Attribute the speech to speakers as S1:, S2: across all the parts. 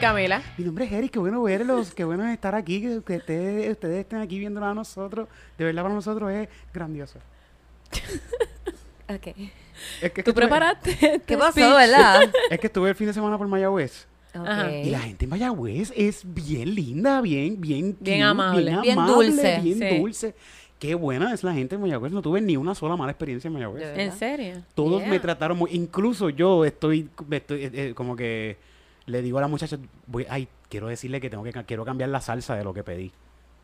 S1: Camela.
S2: Mi nombre es Eric, qué bueno verlos, qué bueno estar aquí, que que ustedes, ustedes estén aquí viéndonos a nosotros. De verdad para nosotros es grandioso.
S3: Ok.
S2: Es que, es que
S1: ¿Tú
S2: estuve-
S1: preparaste? este
S3: ¿Qué pasó,
S1: speech?
S3: verdad?
S2: Es que estuve el fin de semana por Mayagüez.
S1: Ajá.
S3: Ok.
S2: Y la gente en Mayagüez es bien linda, bien, bien,
S1: Bien amable.
S3: Bien dulce,
S2: bien
S1: sí.
S2: dulce. Qué buena es la gente en Mayagüez. No tuve ni una sola mala experiencia en Mayagüez.
S3: De
S1: ¿En serio?
S2: Todos me
S3: Yeah.
S2: trataron muy... Incluso yo estoy, me estoy eh, eh, como que le digo a la muchacha, voy, ay, quiero decirle que tengo que ca- quiero cambiar la salsa de lo que pedí.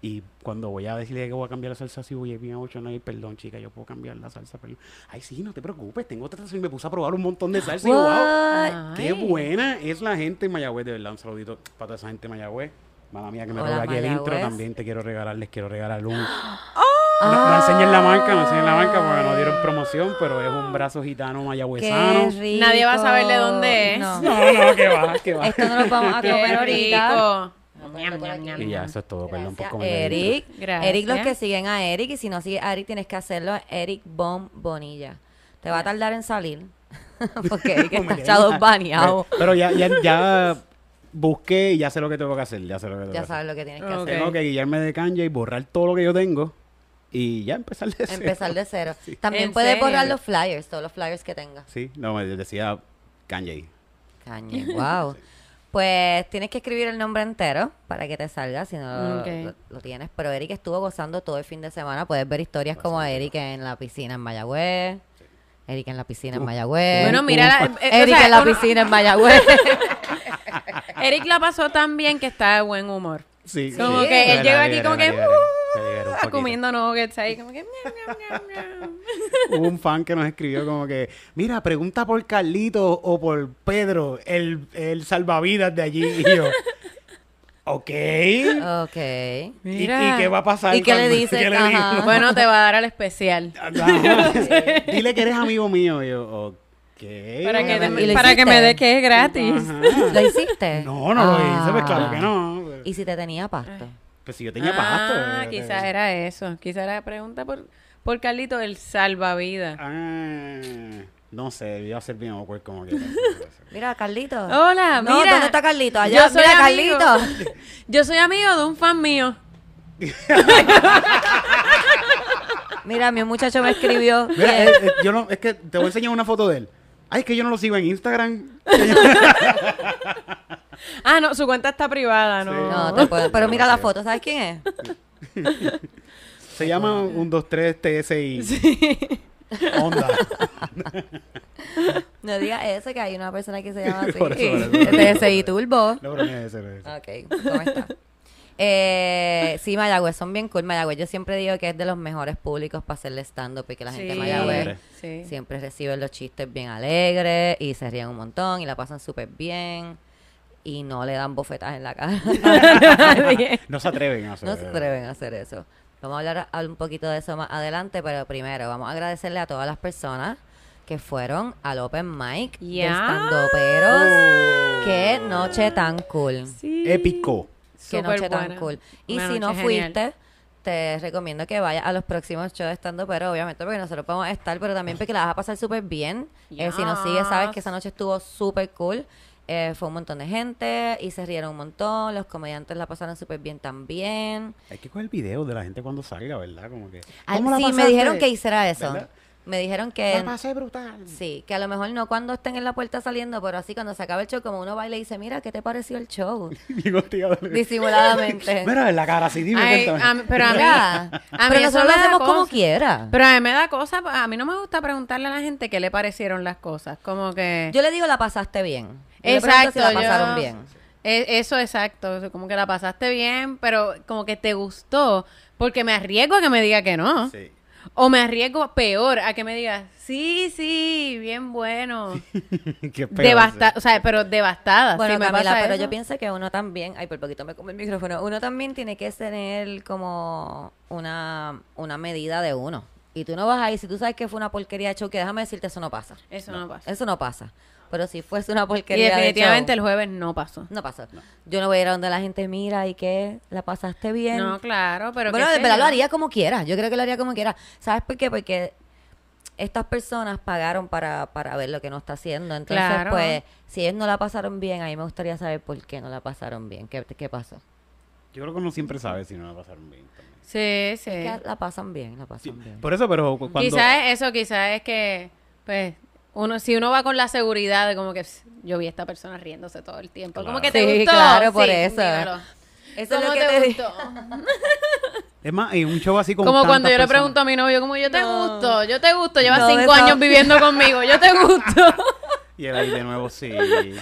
S2: Y cuando voy a decirle que voy a cambiar la salsa, si voy bien a 8, no, ay, perdón, chica, yo puedo cambiar la salsa, perdón. Ay, sí, no te preocupes, tengo otra salsa y me puse a probar un montón de salsa y yo, wow.
S3: What?
S2: Qué
S1: Ay.
S2: buena es la gente en Mayagüez, de verdad, un saludito para toda esa gente de Mayagüez. Mala mía que me
S3: Hola,
S2: roba aquí el intro,
S3: Mayagüez.
S2: también te quiero regalar, les quiero regalar un... No,
S3: Ah.
S2: no enseñen la marca, no enseñen la marca porque no dieron promoción, pero es un brazo gitano mayagüezano.
S3: Qué rico.
S1: Nadie va a saber de dónde es.
S3: No.
S2: pues, ah, No, no, que va, que va.
S3: Esto no lo vamos a
S1: Qué
S3: comer ahorita.
S1: rico. Ñam, ñam, ñam,
S2: Y ya,
S1: ñam.
S2: eso es todo, pues, perdón por
S3: Gracias,
S2: comer. el intro.
S3: Eric.
S1: Gracias.
S3: Eric, los que siguen a Eric, y si no sigue a Eric, tienes que hacerlo. Eric Bomb Bonilla. Te va a tardar en salir. Porque Eric
S2: Como
S3: está
S2: que
S3: echado
S2: ya-
S3: baneado.
S2: Pero ya, ya, ya busqué y ya sé lo que tengo que hacer, ya sé lo que tengo
S3: Ya
S2: que hacer.
S3: sabes lo que tienes que
S1: Ok.
S3: hacer.
S2: Tengo que guiarme de canje y borrar todo lo que yo tengo y ya empezar de cero.
S3: Empezar de cero. También
S1: ¿En
S3: puedes
S1: serio?
S3: borrar los flyers, todos los flyers que tengas.
S2: Sí, no, me decía Kanye.
S3: Caña, wow. Pues tienes que escribir el nombre entero para que te salga, si no lo-
S1: Ok.
S3: lo, lo tienes. Pero Eric estuvo gozando todo el fin de semana. Puedes ver historias como Eric en la piscina en Mayagüez. Eric en la piscina en Mayagüez.
S1: Bueno, mira, la- eh, eh, o
S3: Eric
S1: sea,
S3: en la
S1: uno-
S3: piscina en Mayagüez.
S1: Eric la pasó tan bien que está de buen humor.
S2: Sí,
S1: Como
S2: sí.
S1: que él
S2: Me
S1: llegó
S2: la
S1: aquí como
S2: liberé,
S1: que,
S2: me la liberé, me liberé un
S1: Está
S2: poquito.
S1: comiendo nuggets ahí, como que... ñam, ñam, ñam, ñam.
S2: Hubo un fan que nos escribió como que, mira, pregunta por Carlito o por Pedro, el, el salvavidas de allí. Y yo, ok. ¿Y-
S3: ok.
S2: ¿Y,
S1: Mira.
S2: qué va a pasar?
S3: ¿Y qué le
S2: cuando-
S3: dices?
S2: ¿Qué le
S3: Ajá.
S2: digo?
S1: Bueno, te va a dar al especial.
S2: Ajá. Dile que eres amigo mío. Y yo, ok.
S1: Para que,
S3: te- ¿Y lo
S1: para que me
S3: hiciste?
S1: dé que es gratis. Ah.
S2: Ajá.
S3: ¿Lo hiciste? Ah.
S2: No, no lo hice, pues claro que no.
S3: ¿Y si te tenía pasto?
S2: Pues si yo tenía
S1: ah,
S2: pasto. pues, eh,
S1: quizás era eso. Quizás era pregunta por, por Carlito, el salvavidas.
S2: Ah, no sé, iba a ser bien awkward como que.
S3: Mira, Carlito.
S1: Hola,
S3: No,
S1: mira.
S3: ¿dónde está Carlito? Allá,
S1: Yo soy
S3: mira,
S1: amigo.
S3: Carlito.
S1: Yo soy amigo de un fan mío.
S3: Mira, mi muchacho me escribió.
S2: Mira,
S3: bien.
S2: eh, eh, yo no, es que te voy a enseñar una foto de él. Ay, es que yo no lo sigo en Instagram.
S1: Ah, no, su cuenta está privada, ¿no?
S3: No, te puedo- Pero mira la foto, ¿sabes quién es?
S2: Se llama un 2, 3, TSI. Onda.
S3: No digas eso, que hay una persona que se llama así.
S2: Por eso, por eso, por eso.
S3: TSI Turbo.
S2: No, pero mira, ese no es.
S3: Ok, ¿cómo está? Eh, sí, Mayagüez, son bien cool. Mayagüez, yo siempre digo que es de los mejores públicos para hacerle stand-up y que la gente de Mayagüez
S1: Sí.
S3: siempre recibe los chistes bien alegres y se ríen un montón y la pasan súper bien y no le dan bofetas en la cara.
S2: No se atreven a hacer
S3: No se atreven a hacer eso. Vamos a hablar a- un poquito de eso más adelante, pero primero vamos a agradecerle a todas las personas que fueron al Open Mic
S1: Yeah.
S3: de Standoperos.
S1: Uh.
S3: Qué noche tan cool.
S1: Sí.
S2: Épico.
S3: Qué
S1: Súper
S3: noche tan
S1: buena.
S3: cool. Y
S1: Una
S3: si no
S1: noche genial.
S3: fuiste, te recomiendo que vayas a los próximos shows de Stand Pero, obviamente, porque nosotros podemos estar, pero también porque la vas a pasar súper bien. Eh, si nos sigues, sabes que esa noche estuvo súper cool. Eh, fue un montón de gente y se rieron un montón. Los comediantes la pasaron súper bien también.
S2: Hay que coger el video de la gente cuando salga, ¿verdad? Como que.
S3: Ay,
S2: ¿cómo la
S3: sí, me
S2: pasaste?
S3: dijeron que hiciera eso.
S2: ¿Verdad?
S3: Me dijeron
S2: La
S3: que...
S2: pasé brutal.
S3: Sí, que a lo mejor no cuando estén en la puerta saliendo, pero así cuando se acaba el show, como uno baila y dice, mira, ¿qué te pareció el show?
S2: Bien hostigado.
S3: Disimuladamente.
S2: Mira, en la cara, sí, dime,
S1: Ay,
S2: cuéntame.
S1: a mí- pero a mí,
S3: Mira,
S1: a mí
S3: pero
S1: eso
S3: nosotros
S1: me
S3: lo
S1: da
S3: hacemos como
S1: cosa.
S3: quiera.
S1: Pero a mí me da cosa, a mí no me gusta preguntarle a la gente qué le parecieron las cosas, como que...
S3: Yo le digo, la pasaste bien. Y le pregunto si la
S1: yo-
S3: pasaron bien.
S1: E- Eso exacto, o sea, como que la pasaste bien, pero como que te gustó, porque me arriesgo a que me diga que no.
S2: Sí.
S1: O me arriesgo peor a que me diga, sí, sí, bien bueno.
S2: Qué peor,
S1: Devasta
S2: sí.
S1: o sea, pero devastada.
S3: Bueno,
S1: si me
S3: Camila,
S1: pasa
S3: pero
S1: eso.
S3: yo pienso que uno también, ay, por poquito me come el micrófono, uno también tiene que tener como una, una medida de uno. Y tú no vas ahí, si tú sabes que fue una porquería de show, que déjame decirte, eso no pasa.
S1: Eso no, pasa.
S3: Eso no pasa. Pero si fuese una
S1: Y
S3: porquería
S1: definitivamente
S3: de
S1: el jueves no pasó.
S3: show, no pasa. Yo no voy a ir a donde la gente mira y que la pasaste bien.
S1: No, claro, pero.
S3: bueno,
S1: qué
S3: de
S1: sé
S3: verdad
S1: yo.
S3: lo haría como quiera. Yo creo que lo haría como quiera. ¿Sabes por qué? Porque estas personas pagaron para, para ver lo que no está haciendo. Entonces,
S1: Claro.
S3: pues, si ellos no la pasaron bien, a mí me gustaría saber por qué no la pasaron bien. ¿Qué, qué pasó?
S2: Yo creo que uno siempre sabe si no la pasaron bien. también.
S1: Sí, sí.
S3: Que la pasan bien, la pasan bien.
S2: Por eso, pero cu- cuando...
S1: Quizás es eso, quizás es que, pues, uno, si uno va con la seguridad de como que "Pss, yo vi a esta persona riéndose todo el tiempo, como
S2: Claro.
S1: que te
S3: Sí,
S1: gustó.
S3: claro, por
S1: Sí,
S3: eso.
S1: dímelo.
S3: Eso es lo
S1: ¿Cómo
S3: que
S1: te,
S3: te di-
S1: gustó?
S2: Es más, en un show así con
S1: Como cuando
S2: tantas
S1: yo le
S2: personas-
S1: pregunto a mi novio, como yo te
S3: No.
S1: gusto, yo te gusto, llevas
S3: No,
S1: cinco
S3: eso-
S1: años viviendo conmigo, yo te gusto.
S2: Y él ahí de nuevo, sí.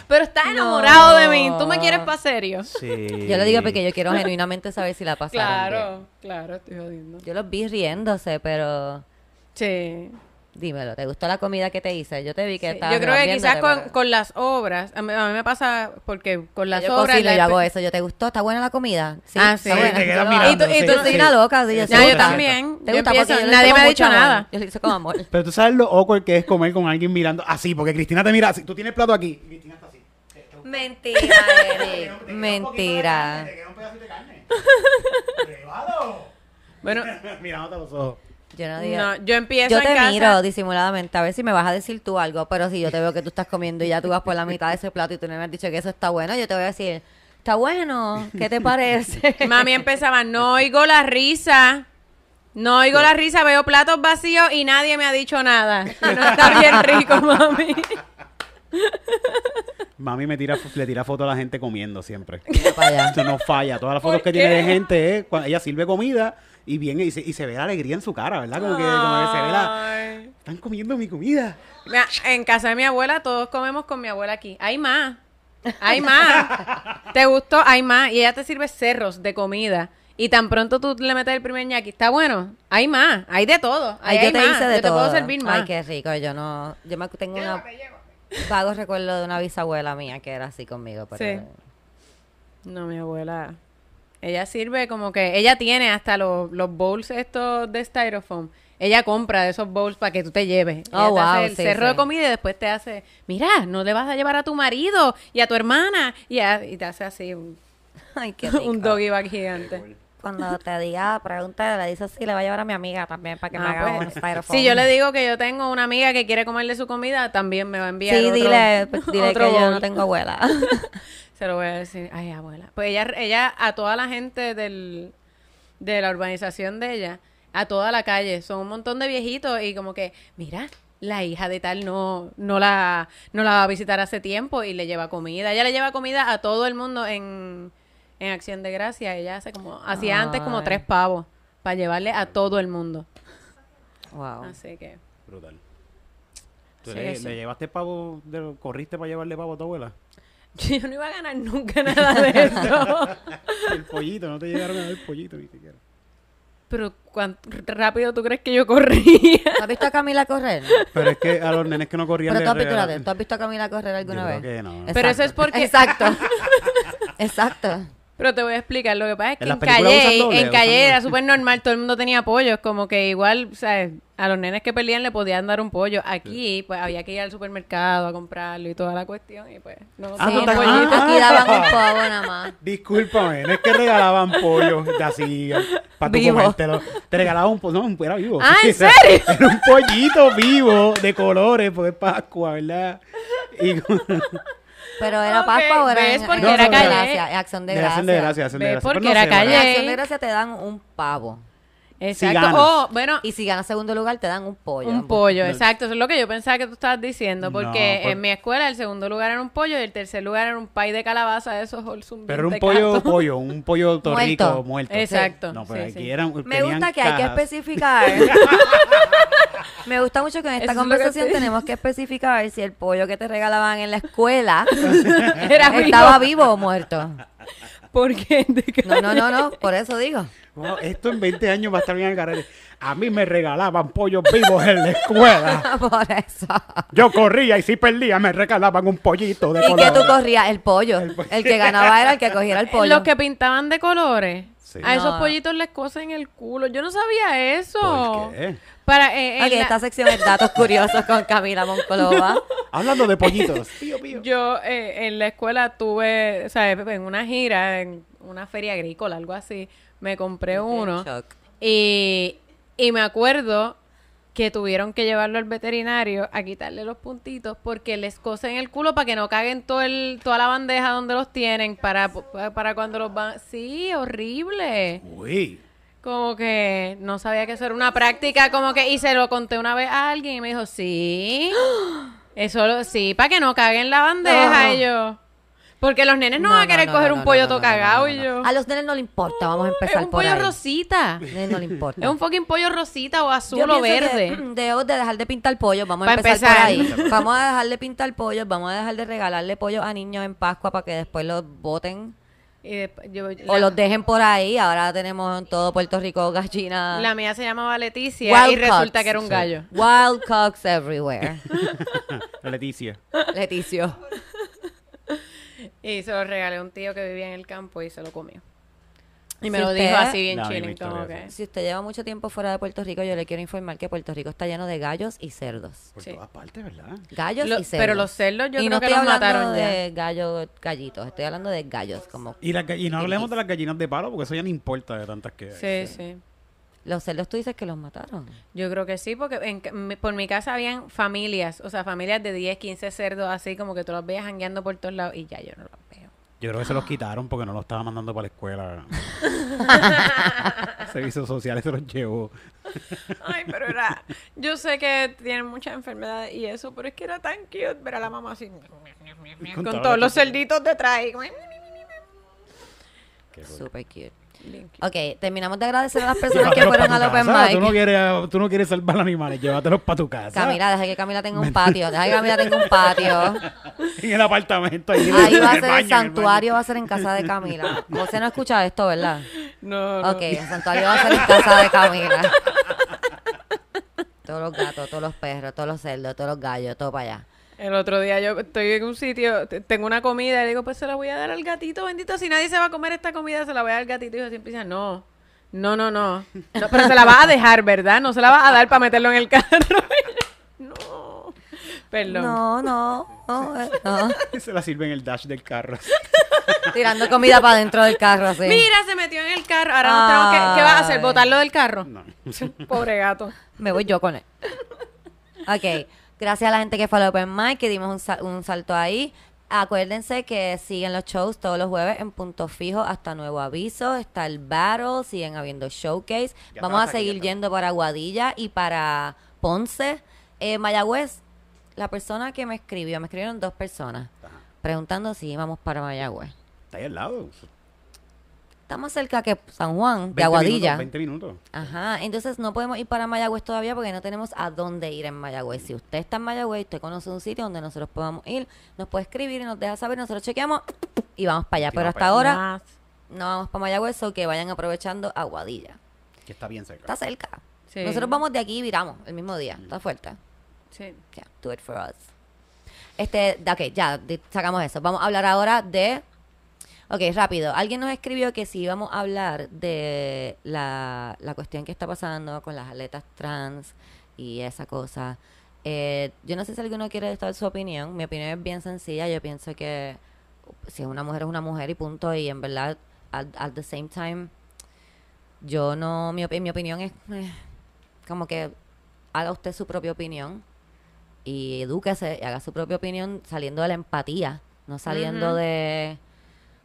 S1: Pero estás enamorado de
S3: No.
S1: mí, tú me quieres para serio.
S2: sí.
S3: Yo le digo porque yo quiero genuinamente saber si la pasaron bien.
S1: Claro, claro, estoy jodiendo.
S3: Yo los vi riéndose, pero
S1: Sí.
S3: dímelo, ¿te gustó la comida que te hice? Yo te vi que
S1: Sí,
S3: estabas
S1: Yo creo que
S3: viéndote,
S1: quizás con,
S3: pero-
S1: con las obras, a mí, a mí me pasa porque con las
S3: yo
S1: obras...
S3: cocino,
S1: la
S3: yo hago
S1: espe-
S3: eso. Yo, ¿te gustó? ¿Está buena la comida?
S1: Ah, sí.
S3: está
S1: Sí,
S3: buena.
S2: te quedas
S3: Yo lo
S2: mirando,
S3: hago. Y tú, y tú,
S1: sí,
S3: soy
S1: sí.
S3: una loca. sí, yo, soy
S1: Ya, yo
S3: loca.
S1: también.
S3: ¿Te
S1: Yo
S3: gusta? Porque
S1: empiezo-
S3: yo lo hice
S1: nadie me
S3: con
S1: ha
S3: mucho
S1: dicho
S3: amor.
S1: nada.
S3: Yo lo hice con amor.
S2: Pero tú sabes lo awkward que es comer con alguien mirando así, porque Cristina te mira así. Tú tienes el plato aquí. y Cristina está así. Te- te-
S3: Mentira,
S2: te queda un
S3: Eric.
S2: poquito de carne,
S3: Mentira.
S2: Te queda un pedacito de carne. Prevado.
S1: Bueno,
S2: Mirándote a los ojos.
S3: Yo no digo.
S1: no, yo empiezo
S3: Yo
S1: en
S3: te
S1: casa-
S3: miro disimuladamente, a ver si me vas a decir tú algo, pero si yo te veo que tú estás comiendo y ya tú vas por la mitad de ese plato y tú no me has dicho que eso está bueno, yo te voy a decir, está bueno, ¿qué te parece?
S1: Mami empezaba, no oigo la risa. No oigo la risa, veo platos vacíos y nadie me ha dicho nada. Y no está bien rico, mami.
S2: Mami me tira, le tira foto a la gente comiendo siempre.
S3: Mira pa' allá.
S2: Eso no falla. Todas las
S1: ¿Por
S2: fotos que
S1: qué?
S2: tiene de gente es cuando ella sirve comida y viene y se, y se ve la alegría en su cara, ¿verdad? Como que, como que se ve la.
S1: Ay.
S2: Están comiendo mi comida.
S1: Mira, en casa de mi abuela todos comemos con mi abuela aquí. Hay más. Hay más. ¿Te gustó? Hay más. Y ella te sirve cerros de comida. Y tan pronto tú le metes el primer ñaqui. Está bueno. Hay más. Hay de todo.
S3: Ay,
S1: Ahí
S3: yo
S1: hay
S3: te
S1: más.
S3: hice de
S1: yo
S3: todo.
S1: te puedo servir más.
S3: Ay, qué rico, yo no, yo me tengo una vago recuerdo de una bisabuela mía que era así conmigo, pero
S1: Sí. No, mi abuela. Ella sirve como que. Ella tiene hasta los, los bowls estos de styrofoam. Ella compra de esos bowls para que tú te lleves.
S3: Oh,
S1: Ella te hace
S3: wow,
S1: el
S3: sí,
S1: cerro
S3: sí.
S1: de comida y después te hace. Mira, no le vas a llevar a tu marido y a tu hermana. Y, a- y te hace así un,
S3: ay, qué rico.
S1: un doggy bag gigante.
S3: Cuando te diga, pregúntale, le dices si le va a llevar a mi amiga también para que me
S1: Ah,
S3: haga
S1: pues,
S3: un styrofoam.
S1: si yo le digo que yo tengo una amiga que quiere comerle su comida, también me va a enviar.
S3: Sí,
S1: otro-
S3: dile, pues, dile
S1: otro Ah,
S3: que yo no
S1: bowl.
S3: tengo abuela.
S1: Se lo voy a decir. Ay, abuela. Pues ella, ella a toda la gente del, de la urbanización de ella, a toda la calle, son un montón de viejitos y como que, mira, la hija de tal no, no, la, no la va a visitar hace tiempo y le lleva comida. Ella le lleva comida a todo el mundo en, en Acción de Gracia. Ella hace como, hacía antes como
S3: Ay.
S1: tres pavos para llevarle a todo el mundo.
S3: wow.
S1: Así que...
S2: Brutal. ¿Tú
S1: Sí,
S2: le,
S1: sí.
S2: le llevaste pavo? de- ¿Corriste para llevarle pavo a tu abuela?
S1: Yo no iba a ganar nunca nada de eso.
S2: El pollito, no te llegaron a dar el pollito ni siquiera.
S1: Pero ¿cuán rápido tú crees que yo corría?
S3: ¿Has visto a Camila correr?
S2: Pero es que a los nenes que no corrían
S3: Pero
S2: les
S3: tú has, visto,
S2: regalaban-
S3: espérate, ¿tú has visto a Camila correr alguna
S2: Yo creo
S3: vez?
S2: que no.
S1: Pero eso es porque-
S3: Exacto. Exacto.
S1: Pero te voy a explicar, lo que pasa es que
S2: En
S1: en,
S2: las películas
S1: Calle,
S2: usan doble,
S1: en
S2: usan
S1: Calle
S2: doble.
S1: era súper normal, todo el mundo tenía pollos, como que igual, ¿sabes? A los nenes que pelean le podían dar un pollo. Aquí, pues había que ir al supermercado a comprarlo y toda la cuestión, y pues no
S2: Ah, tú
S3: Sí,
S1: tenían
S2: estás-
S1: pollito.
S3: no,
S2: ah,
S3: aquí daban
S2: ah.
S3: un pavo nada más.
S2: Discúlpame, no es que regalaban pollo de así para tu
S3: Vivo.
S2: comértelo. Te regalaban un pollo, no, era vivo.
S1: Ah, ¿en
S2: Era-
S1: serio?
S2: Era un pollito vivo de colores, porque es Pascua, ¿verdad? Y con-
S3: Pero era
S1: Ok,
S3: Pascua o era
S1: ¿ves?
S3: en-
S1: Porque
S3: en
S2: era
S3: Acción de
S2: calle. ¿eh?
S3: Gracia, en Acción de
S2: de
S3: gracia.
S2: hacen de gracia, hacen de
S1: Ve,
S2: gracia. Pero
S1: porque
S2: no
S1: era
S2: sé, ¿verdad?
S1: calle.
S3: En Acción de gracia te dan un pavo.
S1: Exacto.
S2: ganas.
S1: O, bueno,
S3: Y si ganas segundo lugar te dan un pollo.
S1: un pollo, exacto. Eso es lo que yo pensaba que tú estabas diciendo, porque
S2: No, por-
S1: en mi escuela el segundo lugar era un pollo y el tercer lugar era un pay de calabaza de esos Wholesome
S2: Pero era un
S1: de
S2: pollo,
S1: cartón.
S2: pollo, un pollo torrico
S3: Muerto.
S2: muerto.
S1: Exacto,
S2: No, pero
S1: sí,
S2: aquí
S1: sí.
S2: eran.
S3: Me gusta que hay que
S2: especificar.
S3: especificar. Me gusta mucho que en esta
S1: Eso es lo que
S3: conversación
S1: te-
S3: tenemos que especificar si el pollo que te regalaban en la escuela
S1: Era vivo.
S3: estaba vivo o muerto.
S1: Porque de
S3: No, no, no, no, por eso digo.
S2: esto en 20 años va a estar bien al garete. A mí me regalaban pollos vivos en la escuela.
S3: Por eso.
S2: Yo corría y si perdía me regalaban un pollito de
S3: Y que tú
S2: colores.
S3: corrías el pollo. El que ganaba era el que cogiera el pollo.
S1: Los que pintaban de colores.
S2: Sí.
S1: A esos
S3: No.
S1: pollitos les cosen el culo. Yo no sabía eso.
S2: ¿Por qué?
S1: Para, eh, en
S3: Aquí
S1: la-
S3: esta sección es datos curiosos con Camila Monclova.
S2: Hablando de pollitos. Pío, pío.
S1: Yo eh, en la escuela tuve, o sea, en una gira, en una feria agrícola, algo así, me compré uno.
S3: Shock.
S1: Y, y me acuerdo que tuvieron que llevarlo al veterinario a quitarle los puntitos porque les cosen el culo para que no caguen todo el, toda la bandeja donde los tienen para, para cuando los van... Sí, horrible.
S2: Uy.
S1: Como que no sabía que eso era una práctica, como que... Y se lo conté una vez a alguien y me dijo, sí, eso lo- sí, para que no caguen la bandeja
S3: No.
S1: y yo. Porque los nenes no, van a querer coger
S3: no,
S1: un
S3: no,
S1: pollo
S3: no, no,
S1: todo
S3: no, no,
S1: cagado
S3: no,
S1: y
S3: no.
S1: yo...
S3: A los nenes no le importa, vamos a
S1: Es
S3: empezar
S1: un
S3: por
S1: pollo
S3: ahí.
S1: rosita.
S3: A los nenes no le importa.
S1: Es un fucking pollo rosita o azul
S3: Yo
S1: o
S3: pienso que,
S1: verde.
S3: mm, debemos de dejar de pintar pollos, vamos a
S1: Pa'
S3: empezar,
S1: empezar.
S3: por ahí. vamos a dejar de pintar pollos, vamos a dejar de regalarle pollos a niños en Pascua para que después los boten
S1: Y después yo-
S3: o
S1: la-
S3: los dejen por ahí. Ahora tenemos en todo Puerto Rico gallinas.
S1: La mía se llamaba Leticia
S3: wild
S1: y resulta
S3: cocks.
S1: que era un
S3: Sí.
S1: gallo.
S3: Wild cocks everywhere.
S2: Leticia.
S3: Leticio.
S1: Y se lo regalé a un tío que vivía en el campo y se lo comió. Y me
S3: Si
S1: lo
S3: usted-
S1: dijo así bien
S2: La misma
S1: chilling, como
S2: historia,
S1: que...
S3: Si usted lleva mucho tiempo fuera de Puerto Rico, yo le quiero informar que Puerto Rico está lleno de gallos y cerdos.
S2: Por
S1: Sí.
S2: todas partes, ¿verdad?
S3: Gallos
S1: Lo-
S3: y cerdos.
S1: pero los cerdos yo
S3: y
S1: creo
S3: no
S1: que
S3: estoy
S1: los
S3: hablando
S1: mataron ya.
S3: de gallos, gallitos, estoy hablando de gallos, como
S2: Y, las ga- y no hablemos de las gallinas de palo, porque eso ya no importa de tantas que hay.
S1: Sí, sí.
S3: Los celos tú dices que los mataron.
S1: Yo creo que sí, porque en ca- mi- por mi casa habían familias, o sea, familias de 10, 15 cerdos así, como que tú los veías jangueando por todos lados y ya yo no los veo.
S2: Yo creo que se los quitaron porque no los estaba mandando para la escuela. Servicios sociales se los llevó.
S1: Ay, pero era... Yo sé que tienen muchas enfermedades y eso, pero es que era tan cute ver a la mamá así... Con,
S2: todas
S1: todos
S2: las
S1: los cerditos detrás. y como-
S3: Super cute. Ok, terminamos de agradecer a las personas que
S2: Llévatelos
S3: fueron
S2: pa'
S3: al
S2: tu
S3: Open
S2: casa, Tú no,
S3: Mic.
S2: quieres, tú no quieres salvar a los animales, llévatelos para tu casa.
S3: Camila, deja que Camila tenga un patio. Deja que Camila tenga un patio.
S2: En el apartamento. Ahí,
S3: Ahí va a
S2: en
S3: ser el
S2: baño, en
S3: santuario, va a ser en casa de Camila. José no escucha esto, ¿verdad?
S1: No, no.
S3: Ok, el santuario va a ser en casa de Camila. Todos los gatos, todos los perros, todos los cerdos, todos los gallos, todo para allá.
S1: El otro día yo estoy en un sitio, te- tengo una comida y digo, pues se la voy a dar al gatito, bendito, si nadie se va a comer esta comida, se la voy a dar al gatito. Y yo siempre decía, no, no, no, no. No, pero se la vas a dejar, ¿verdad? No se la vas a dar para meterlo en el carro. no. Perdón.
S3: No, no, no, eh, no.
S2: baño. Se la sirve en el dash del carro.
S3: Tirando comida para dentro del carro, así.
S1: Mira, se metió en el carro. Ahora nos tenemos que, ¿qué vas a hacer?
S3: Ay.
S1: ¿Botarlo del carro?
S2: No.
S1: Pobre gato.
S3: Me voy yo con él. Ok. Gracias a la gente que fue al Open Mic, que dimos un, sal- un salto ahí. Acuérdense que siguen los shows todos los jueves en punto fijo hasta nuevo aviso. Está el battle, siguen habiendo showcase.
S2: Ya
S3: Vamos a
S2: estaba
S3: seguir
S2: taquillando.
S3: yendo para Guadilla y para Ponce. Eh, Mayagüez, la persona que me escribió, me escribieron dos personas
S2: Ajá.
S3: preguntando si íbamos para Mayagüez.
S2: Está ahí al lado.
S3: Está más cerca que San Juan,
S2: 20
S3: de Aguadilla.
S2: Minutos, 20 minutos.
S3: Ajá, entonces no podemos ir para Mayagüez todavía porque no tenemos a dónde ir en Mayagüez. Si usted está en Mayagüez y usted conoce un sitio donde nosotros podamos ir, nos puede escribir y nos deja saber, nosotros chequeamos y vamos para allá. Pero
S2: vamos
S3: hasta
S2: para allá.
S3: ahora
S1: Más.
S3: no vamos para Mayagüez, o que vayan aprovechando Aguadilla.
S2: Que está bien cerca.
S3: Está cerca.
S1: Sí.
S3: Nosotros vamos de aquí y viramos el mismo día. Está fuerte.
S1: Sí.
S3: Yeah, do it for us. Este, da- ok, ya, de- sacamos eso. Vamos a hablar ahora de... Ok, rápido. Alguien nos escribió que si íbamos a hablar de la, la cuestión que está pasando con las atletas trans y esa cosa. Eh, yo no sé si alguno quiere dar su opinión. Mi opinión es bien sencilla. Yo pienso que si es una mujer es una mujer y punto. Y en verdad, at, at the same time, yo no... Mi, opi- mi opinión es eh, como que haga usted su propia opinión y edúquese y haga su propia opinión saliendo de la empatía, no saliendo de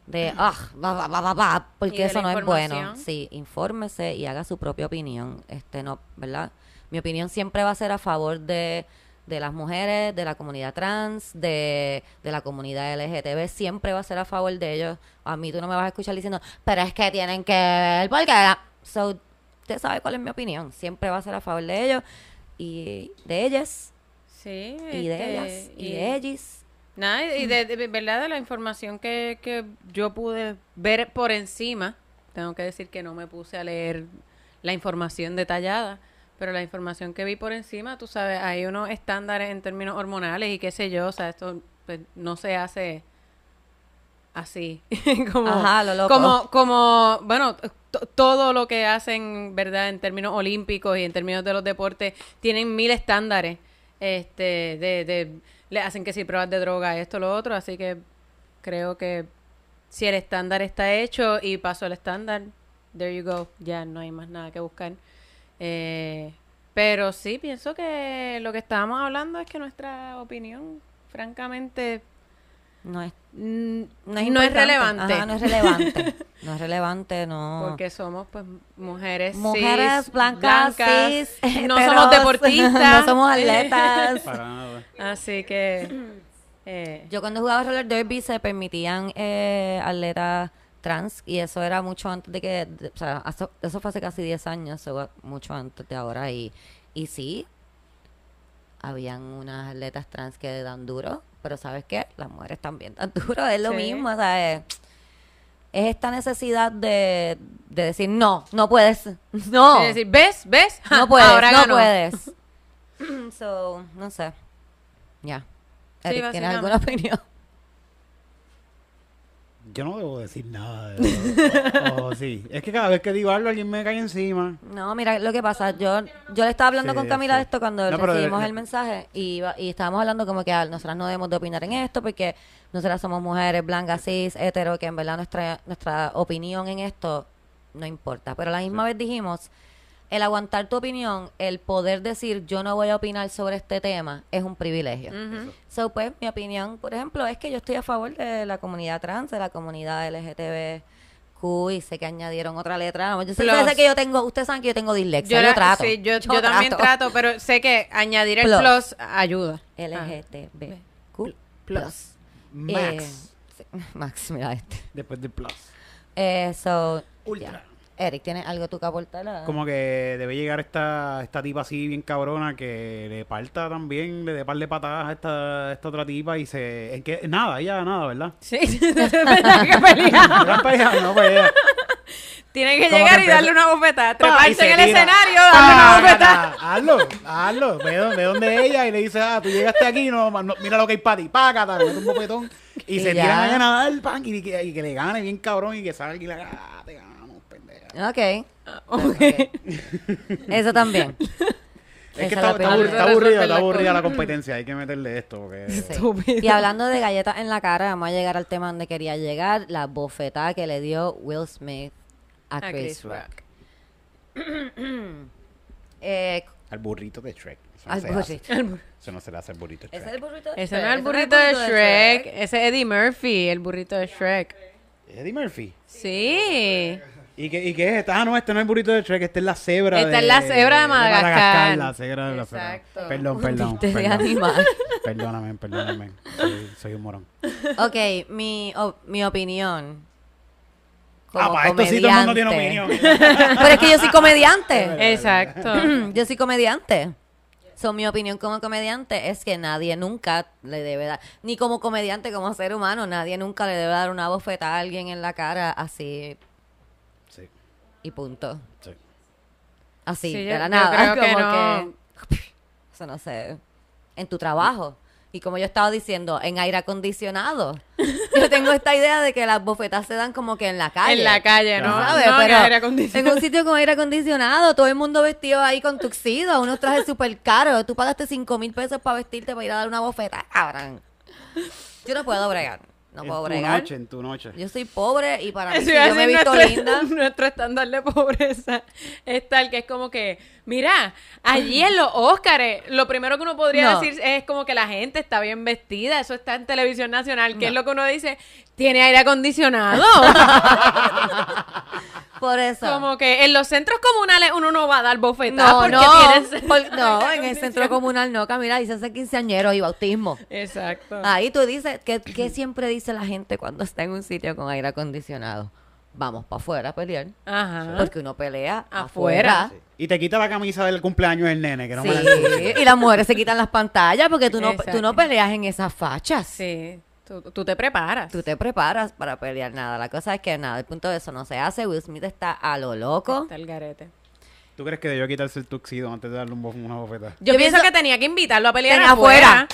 S3: de ah, va, va, va, va, va",
S1: Y
S3: porque
S1: de
S3: eso
S1: la
S3: no es bueno.
S1: información.
S3: Sí, infórmese y haga su propia opinión. Este no, ¿verdad? Mi opinión siempre va a ser a favor de de las mujeres, de la comunidad trans, de, de la comunidad LGTB, siempre va a ser a favor de ellos. A mí tú no me vas a escuchar diciendo, pero es que tienen que ver, porque... la-". So, usted sabe cuál es mi opinión, siempre va a ser a favor de ellos y de ellas
S1: Sí.
S3: y de
S1: este,
S3: ellas y
S1: y-
S3: de ellos.
S1: Nada, y de, de- de verdad de la información que, que yo pude ver por encima, tengo que decir que no me puse a leer la información detallada, pero la información que vi por encima, tú sabes, hay unos estándares en términos hormonales y qué sé yo, o sea, esto pues, no se hace así, como,
S3: Ajá, lo loco.
S1: como, como, bueno, to- todo lo que hacen, ¿verdad? En términos olímpicos y en términos de los deportes, tienen mil estándares. Este, de, de, le hacen que si pruebas de droga, esto, lo otro. Así que creo que si el estándar está hecho y pasó el estándar, there you go. Ya no hay más nada que buscar. Eh, Pero sí, pienso que lo que estábamos hablando es que nuestra opinión, francamente,
S3: No es,
S1: mm,
S3: no es,
S1: no es
S3: importante.
S1: relevante.
S3: Ajá, no es relevante. No es relevante, no.
S1: Porque somos pues mujeres cis,
S3: Mujeres blancas, cis,
S1: no
S3: heteros,
S1: somos deportistas
S3: no somos atletas.
S2: Para nada.
S1: así que eh,
S3: Yo cuando jugaba roller derby se permitían eh, atletas trans y eso era mucho antes de que, de- o sea, eso, eso fue hace casi 10 años, eso fue mucho antes de ahora y, y sí, habían unas atletas trans que dan duro, pero ¿sabes qué? Las mujeres también dan duro, es lo
S1: Sí.
S3: mismo, o sea, es, es esta necesidad de, de decir, no, no puedes, no,
S1: es decir, ves ves Ja,
S3: no puedes,
S1: ahora
S3: no
S1: ganó.
S3: puedes. so, no sé, ya.
S1: Sí,
S3: Eric, ¿Tienes alguna opinión?
S2: Yo no debo decir nada. de- Oh, oh, sí. Es que cada vez que digo algo, alguien me cae encima.
S3: No, mira lo que pasa. Yo, yo le estaba hablando
S2: Sí,
S3: con Camila
S2: sí.
S3: de esto cuando
S2: No, pero de-
S3: recibimos
S2: de-
S3: el mensaje y, iba- y estábamos hablando como que ah, nosotras no debemos de opinar en esto porque nosotras somos mujeres blancas, cis, hetero, que en verdad nuestra, nuestra opinión en esto no importa. Pero a la misma vez dijimos, el aguantar tu opinión, el poder decir yo no voy a opinar sobre este tema es un privilegio.
S1: Ujú.
S3: So, pues, mi opinión, por ejemplo, es que yo estoy a favor de la comunidad trans, de la comunidad LGTBQ, y sé que añadieron otra letra. Yo sé,
S1: Plus.
S3: yo sé que yo tengo, ustedes saben que yo tengo dislexia, yo,
S1: la-
S3: trato.
S1: sí, yo, yo también trato, pero sé que añadir el
S3: Plus.
S1: plus ayuda. Ah.
S3: LGTBQ+.
S2: Plus.
S3: Eh,
S2: Max.
S3: sí, Max, mira este.
S2: Después de plus.
S3: Eh, so,
S2: Ultra.
S3: ya. Eric, ¿tienes algo tú que aportar? a-
S2: Como que debe llegar esta, esta tipa así bien cabrona que le parta también, le dé par de patadas a esta, esta otra tipa y se... es que, nada, ella nada, ¿verdad?
S1: Sí, es verdad que pelea.
S2: Gran pelea, no pues pelea.
S1: Tiene que
S2: Como
S1: llegar
S2: que
S1: y darle
S2: empezó-
S1: una bofetada.
S2: Pa, y
S1: Treparse
S2: se
S1: en el
S2: tira. Ah,
S1: escenario,
S2: Pa,
S1: darle una
S2: na,
S1: bofetada.
S2: na, Hazlo, hazlo. Ve donde, ve donde ella y le dice, ah, tú llegaste aquí, no, ma- no, mira lo que hay para ti, págata, le mete un bofetón. Y,
S3: Y
S2: se
S3: ya.
S2: tiran a ganar, pan, y, que, y que le gane bien cabrón y que salga y la ah, te ganamos, pendeja.
S3: Ok. Ok. Eso también.
S2: Es que
S3: Esa
S2: está,
S3: es la
S2: está aburri-
S3: opinión.
S2: está aburrida,
S1: Resolver
S2: está
S1: la
S2: aburrida la
S1: cosa.
S2: competencia, hay que meterle esto. Porque...
S3: Sí.
S1: Estúpido.
S3: Y hablando de galletas en la cara, vamos a llegar al tema donde quería llegar, la bofetada que le dio Will Smith a,
S1: A
S3: Ah, Chris,
S1: Ah, Chris
S3: Rock.
S1: Rock.
S3: Eh,
S2: Al burrito de Shrek. Eso no,
S3: al
S2: se hace.
S3: burrito.
S2: Eso no se le hace al burrito de
S3: Ese
S2: Shrek.
S3: es el burrito de
S1: Ese
S3: Shrek,
S1: no es el
S3: ese
S1: burrito de Shrek, ese es Eddie Murphy, el burrito de Shrek.
S2: Eddie Murphy.
S1: Sí.
S2: ¿Y qué, ¿Y qué es esta? Ah, no, este no es el burrito de Shrek, esta es la cebra.
S1: Esta
S2: de-
S1: es la cebra de Madagascar.
S2: la cebra de la cebra.
S1: Exacto.
S2: Perdón,
S3: Un
S2: Oh, perdón.
S3: chiste de
S2: perdón.
S3: animal.
S2: Perdóname, perdóname. Soy, soy un morón.
S3: Ok, mi, o- mi opinión. Como
S2: ah, para esto sí todo el mundo tiene
S3: comediante.
S2: opinión.
S3: Pero es que yo soy comediante.
S1: Exacto.
S3: yo soy comediante. So, mi opinión como comediante es que nadie nunca le debe dar, ni como comediante, como ser humano, nadie nunca le debe dar una bofetada a alguien en la cara así
S2: Sí,
S3: y punto.
S2: sí.
S3: Así,
S1: Sí,
S3: de
S1: yo-
S3: la
S1: yo
S3: nada.
S1: creo que
S3: como
S1: no.
S3: que- Eso no sé. En tu trabajo. Y como yo estaba diciendo, en aire acondicionado. Yo tengo esta idea de que las bofetadas se dan como que en la calle.
S1: En la calle, ¿no?
S2: Claro.
S3: ¿sabes?
S1: Ah, No, en
S3: Pero
S1: aire acondicionado.
S3: En un sitio con aire acondicionado, todo el mundo vestido ahí con tuxido, unos trajes súper caros. Tú pagaste 5 mil pesos para vestirte para ir a dar una bofeta, cabrón. Yo no puedo bregar. No puedo
S2: en tu
S3: bregar.
S2: noche, en tu noche.
S3: Yo soy pobre y para mí,
S1: Eso
S3: si
S1: iba a
S3: yo me he
S1: decir,
S3: visto
S1: nuestro,
S3: linda.
S1: Nuestro estándar de pobreza es tal que es como que, mira, allí en los Óscares, lo primero que uno podría
S3: No.
S1: decir es como que la gente está bien vestida, eso está en televisión nacional, que es lo que uno dice, tiene aire acondicionado.
S3: Por eso.
S1: como que en los centros comunales uno no va a dar bofetadas
S3: No,
S1: porque
S3: no,
S1: tienes-
S3: por- no, en el centro comunal no, Camila, dice hace quinceañeros y bautismo.
S1: Exacto.
S3: Ahí tú dices, ¿qué, qué siempre dice la gente cuando está en un sitio con aire acondicionado? Vamos para afuera a pelear.
S1: Ajá.
S3: Porque uno pelea
S1: Ah. Afuera.
S3: afuera.
S2: Sí. Y te quita la camisa del cumpleaños del nene, que no me la
S3: Sí, y las mujeres se quitan las pantallas porque tú no,
S1: Exacto.
S3: tú no peleas en esas fachas.
S1: Sí, tú, tú te preparas.
S3: Tú te preparas para pelear nada. La cosa es que nada, el punto de eso no se hace. Will Smith está a lo loco.
S1: Está el garete.
S2: ¿Tú crees que debió quitarse el tuxido antes de darle un bo- una bofetada?
S1: Yo,
S3: Yo
S1: pienso,
S3: pienso-
S1: que tenía que invitarlo a pelear
S3: Tenía
S1: afuera.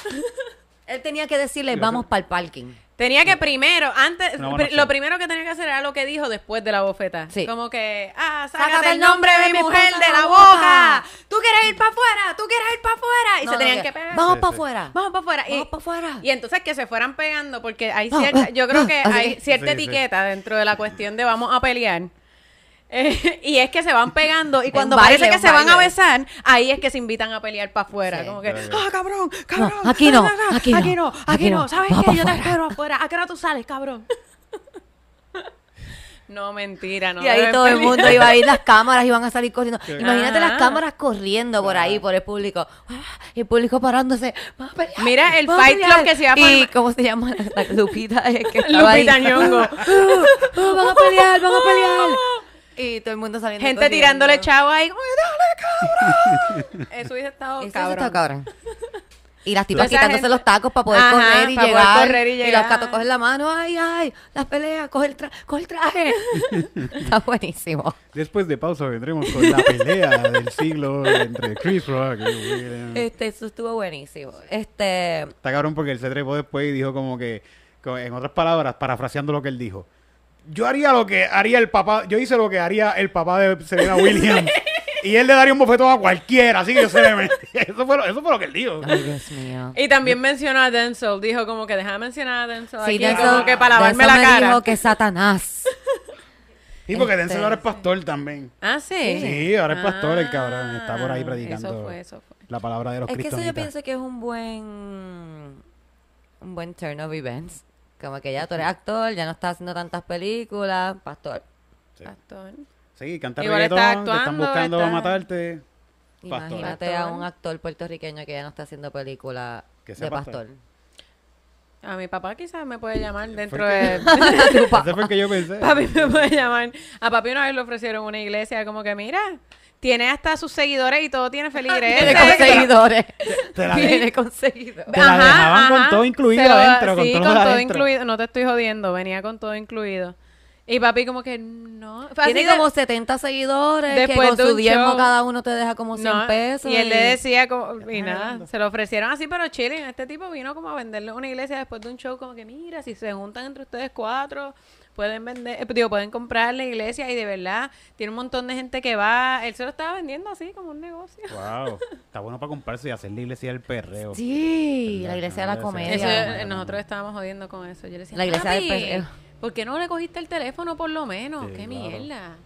S3: Él tenía que decirle, vamos para el parking.
S1: Tenía que primero, antes,
S2: Una buena
S1: pri-
S2: opción.
S1: lo primero que tenía que hacer era lo que dijo después de la bofeta.
S3: Sí.
S1: Como que, ah,
S3: Sácate
S1: sácate,
S3: el
S1: el nombre de mi mujer
S3: esposa
S1: de la boca. Tú quieres ir para afuera, tú quieres ir para afuera. Y
S3: No,
S1: se
S3: no,
S1: tenían
S3: que-
S1: que pegar.
S3: Vamos
S2: Sí,
S3: para
S2: sí.
S3: afuera.
S1: Vamos para afuera. Y,
S3: Vamos pa' afuera.
S1: Y entonces que se fueran pegando, porque hay
S3: No,
S1: cierta,
S3: ah,
S1: yo creo que
S3: ah, así
S1: hay
S3: que-
S1: cierta
S2: Sí, sí.
S1: etiqueta dentro de la cuestión de vamos a pelear. Eh, y es que se van pegando y
S3: Un
S1: cuando
S3: baile,
S1: parece que
S3: un
S1: se van a
S3: baile.
S1: besar, ahí es que se invitan a pelear para afuera.
S3: Sí.
S1: Como que,
S2: Claro.
S1: ah, cabrón, cabrón.
S3: aquí no,
S1: ah, ah, ah,
S3: aquí no,
S1: aquí no, aquí
S3: aquí
S1: no.
S3: no,
S1: ¿Sabes
S3: vamos
S1: qué?
S3: pa'
S1: Yo te
S3: afuera.
S1: espero afuera. ¿A qué hora tú sales, cabrón? no, mentira, no.
S3: y ahí
S1: deben
S3: todo el
S1: pelear.
S3: mundo iba a ir las cámaras y van a salir corriendo. Imagínate
S1: Ajá.
S3: las cámaras corriendo por ahí, por el público. Ah, Y el público parándose. Vamos a pelear,
S1: Mira el
S3: vamos a
S1: Fight
S3: pelear.
S1: Club que se iba a
S3: ¿Y
S1: formar.
S3: cómo se llama? La Lupita eh, que estaba ahí.
S1: Lupita Nyong'o.
S3: Uh, uh, van a pelear, van a pelear. Y todo el mundo saliendo
S1: Gente
S3: corriendo.
S1: tirándole chavo ahí. como, "Dale, cabrón". Eso hubiese estado
S3: Eso
S1: cabrón.
S3: está cabrón. Y las tipas
S1: Esa
S3: quitándose
S1: gente-
S3: los tacos para poder,
S1: Ajá,
S3: correr, y
S1: pa' poder
S3: llegar,
S1: correr y
S3: los
S1: llegar.
S3: gatos cogen la mano, ay, ay, las peleas, coge el, tra- coge el traje. está buenísimo.
S2: Después de pausa vendremos con la pelea del siglo entre Chris Rock y William.
S3: Este, eso estuvo buenísimo. Este,
S2: Está cabrón porque él se trepó después y dijo como que, co- en otras palabras, parafraseando lo que él dijo. Yo haría lo que haría el papá, yo hice lo que haría el papá de Serena Williams. y él le daría un bofetón a cualquiera, así que yo se le metí. Eso fue lo, eso fue lo que él dijo.
S3: ay, Dios mío.
S1: Y también mencionó a Denzel, dijo como que deja mencionar a Denzel
S3: Sí,
S1: aquí,
S3: Denzel-
S1: como que para lavarme
S3: Denzel
S1: la
S3: me
S1: cara.
S3: dijo que Satanás.
S2: Y porque
S3: Este,
S2: Denzel ahora es pastor también.
S1: Ah, sí.
S2: Sí, ahora es pastor el cabrón, está por ahí
S1: Ah,
S2: predicando.
S1: Eso fue, eso fue.
S2: La palabra de los
S3: Es que eso yo
S2: cristonitas.
S3: pienso que es un buen un buen turn of events. Como que ya tú eres actor, ya no estás haciendo tantas películas, pastor.
S2: Sí.
S1: Pastor.
S2: Sí, canta
S1: Igual está
S2: reggaetón, te están
S1: actuando,
S2: buscando
S1: está-
S2: a matarte. Pastor.
S3: Imagínate a un actor puertorriqueño que ya no está haciendo película
S2: Que sea
S3: de pastor.
S1: A mi papá quizás me puede llamar dentro
S2: que-
S1: de...
S2: Ese fue el que yo pensé.
S1: papi me puede llamar. A papi una vez le ofrecieron una iglesia como que, mira, tiene hasta sus seguidores y todo tiene
S3: Tiene
S1: feligreses.
S3: conseguidores.
S2: Te la-
S3: Tiene conseguidores.
S2: Te la dejaban con todo incluido
S1: Se lo-
S2: adentro, con
S1: Sí,
S2: todo
S1: con todo
S2: adentro.
S1: incluido. No te estoy jodiendo, venía con todo incluido. Y papi como que, no. Fue así
S3: Tiene
S1: de-
S3: como 70 seguidores
S1: Después
S3: que con
S1: de
S3: su
S1: un
S3: diezmo
S1: show.
S3: cada uno te deja como 100
S1: No,
S3: pesos.
S1: Y él le decía, como,
S2: estás
S1: y nada,
S2: grabando.
S1: se lo ofrecieron así, pero chilling. Este tipo vino como a venderle una iglesia después de un show, como que mira, si se juntan entre ustedes cuatro, pueden vender, eh, digo, pueden comprar la iglesia y de verdad, tiene un montón de gente que va. Él se lo estaba vendiendo así, como un negocio.
S2: Wow, está bueno para comprarse y hacer la iglesia del perreo.
S3: Sí, la
S2: No,
S3: iglesia de
S2: no,
S3: la
S2: no,
S3: comedia.
S1: Eso,
S2: Eso,
S1: eh,
S2: eh,
S1: nosotros estábamos jodiendo con eso. Yo le decía,
S3: La iglesia
S1: "Papi,
S3: del pez- eh".
S1: ¿por qué no le cogiste el teléfono por lo menos?
S2: Sí,
S1: ¡Qué
S2: claro.
S1: mierda!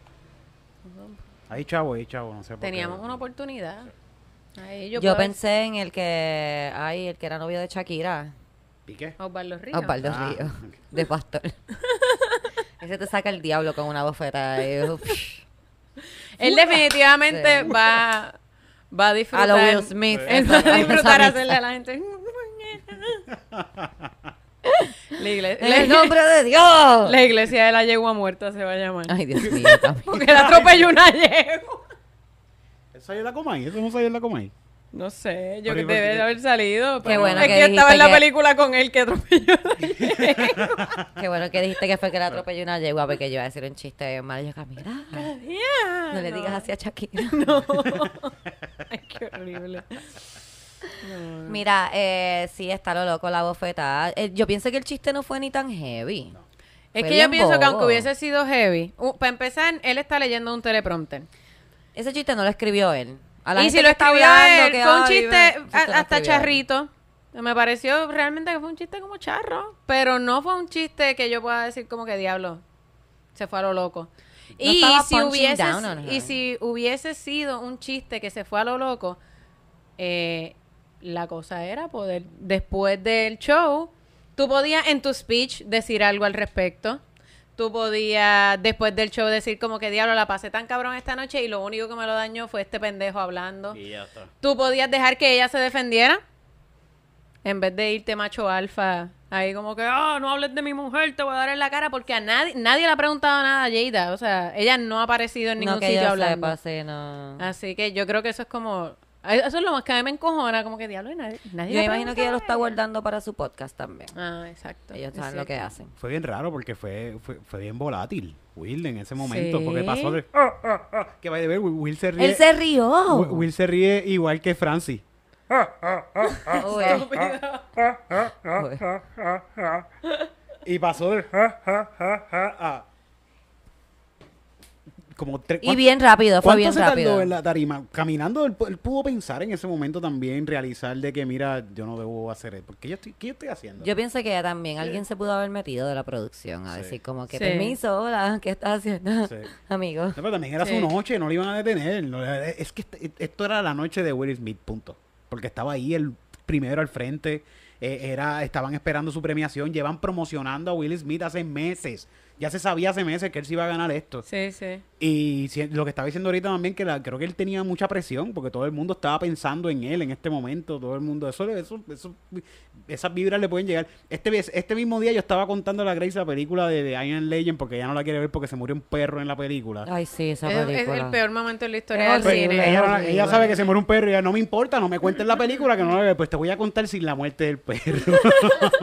S2: Ahí chavo, ahí chavo, no sé por qué.
S1: Teníamos una oportunidad. Ahí yo,
S3: Yo,
S1: puedo-
S3: pensé en el que, ay, el que era novio de Shakira,
S2: ¿Y qué?
S1: Osvaldo Ríos.
S3: Osvaldo
S2: Ah,
S3: Ríos,
S2: ok.
S3: de pastor. Ese te saca el diablo con una bofeta. y, uf,
S1: Él definitivamente
S3: Sí.
S1: va, va a
S3: a
S1: disfrutar.
S3: lo Will Smith.
S1: Él va a disfrutar
S3: Esa
S1: hacerle a la gente.
S3: misa.
S1: La
S3: En el
S1: iglesia,
S3: nombre de Dios.
S1: la iglesia de la yegua muerta se va a llamar.
S3: Ay, Dios mío. papi.
S1: Porque le atropelló una yegua.
S2: ¿Eso salió en la Comay? ¿Eso no salió en la Comay?
S1: No sé, yo
S2: Pero,
S1: que
S2: ¿y por
S1: debe
S2: qué?
S1: de haber salido. pero
S3: bueno
S1: es
S3: que
S1: que, estaba
S3: dijiste
S1: en la
S3: que-
S1: película con él que atropelló.
S3: Qué bueno que dijiste que fue que le atropelló una yegua porque yo iba a decir un chiste bien mal. Y yo, mira,
S1: Yeah,
S3: no le digas así a Shakira.
S1: Ay, qué horrible.
S3: Mira, eh, sí, está lo loco la bofeta. yo pienso que el chiste no fue ni tan heavy.
S1: Es
S3: Fue
S1: que yo
S3: bien
S1: pienso que aunque
S3: bobo.
S1: hubiese sido heavy, uh, para empezar, él está leyendo un teleprompter.
S3: Ese chiste no lo escribió él. A la
S1: y
S3: gente
S1: si lo
S3: que está
S1: escribió
S3: hablando
S1: él,
S3: que,
S1: fue un
S3: "Ay,
S1: chiste
S3: bueno,
S1: a-
S3: esto lo
S1: hasta
S3: escribió él".
S1: charrito. Me pareció realmente que fue un chiste como charro, pero no fue un chiste que yo pueda decir como que diablo, se fue a lo loco. y,
S3: estaba
S1: si
S3: punching
S1: hubiese,
S3: down on her.
S1: y si hubiese sido un chiste que se fue a lo loco, eh, la cosa era poder, después del show, tú podías en tu speech decir algo al respecto. Tú podías después del show decir como que diablo la pasé tan cabrón esta noche y lo único que me lo dañó fue este pendejo hablando.
S2: ya está.
S1: Tú podías dejar que ella se defendiera en vez de irte macho alfa ahí como que ah no hables de mi mujer te voy a dar en la cara porque a nadie nadie le ha preguntado nada a Jada o sea ella no ha aparecido en ningún
S3: no, que
S1: sitio
S3: yo
S1: hablando
S3: sepa, sí, no.
S1: así que yo creo que eso es como eso es lo más que a mí me encojona como que diablo y nadie, nadie
S3: Yo
S1: le
S3: imagino que ella lo está
S1: preguntó
S3: guardando para su podcast también.
S1: nada. ah exacto
S3: Ellos
S1: es
S3: saben lo que
S1: cierto.
S3: hacen.
S2: Fue bien raro porque fue, fue, fue bien volátil Will en ese momento.
S1: Sí.
S2: Porque pasó de. "Ah, ah, ah", que va a ver, Will Will se ríe.
S3: Él se rió.
S2: Will, Will se ríe igual que Francis.
S3: Uy.
S2: Ah,
S3: Uy.
S2: Y pasó de. "Ah, ah, ah, ah", a- como tres...
S3: Y bien rápido, fue
S2: ¿Cuánto
S3: bien
S2: se
S3: rápido.
S2: tardó en la tarima? Caminando, él, pu- él pudo pensar en ese momento también, realizar de que, mira, yo no debo hacer esto. ¿Qué yo estoy, qué yo estoy haciendo?
S3: Yo pienso que también alguien se pudo haber metido de la producción a
S2: Sí.
S3: decir como que
S1: Sí.
S3: permiso, hola, ¿qué estás haciendo?
S2: Sí.
S3: Amigo.
S2: No, pero también era
S1: Sí.
S2: su noche, no le iban a detener. no le- es que este- esto era la noche de Will Smith, punto. Porque estaba ahí el primero al frente, eh, era, estaban esperando su premiación, llevan promocionando a Will Smith hace meses. Ya se sabía hace meses que él se iba a ganar esto.
S1: Sí, sí.
S2: Y si- lo que estaba diciendo ahorita también, que la- creo que él tenía mucha presión, porque todo el mundo estaba pensando en él en este momento, todo el mundo, eso, eso, eso- esas vibras le pueden llegar. Este, ves- este mismo día yo estaba contando a la Grace la película de, de Iron Legend, porque ella no la quiere ver porque se murió un perro en la película.
S3: Ay, sí, esa
S1: Es, es
S3: película.
S1: el peor momento en la historia
S3: Es
S1: del
S2: Pero
S1: cine.
S3: horrible.
S2: Pues, ella, no la-
S3: horrible.
S2: ella sabe que se muere un perro y ella, no me importa, no me cuentes la película que no la veo. Pues te voy a contar sin la muerte del perro.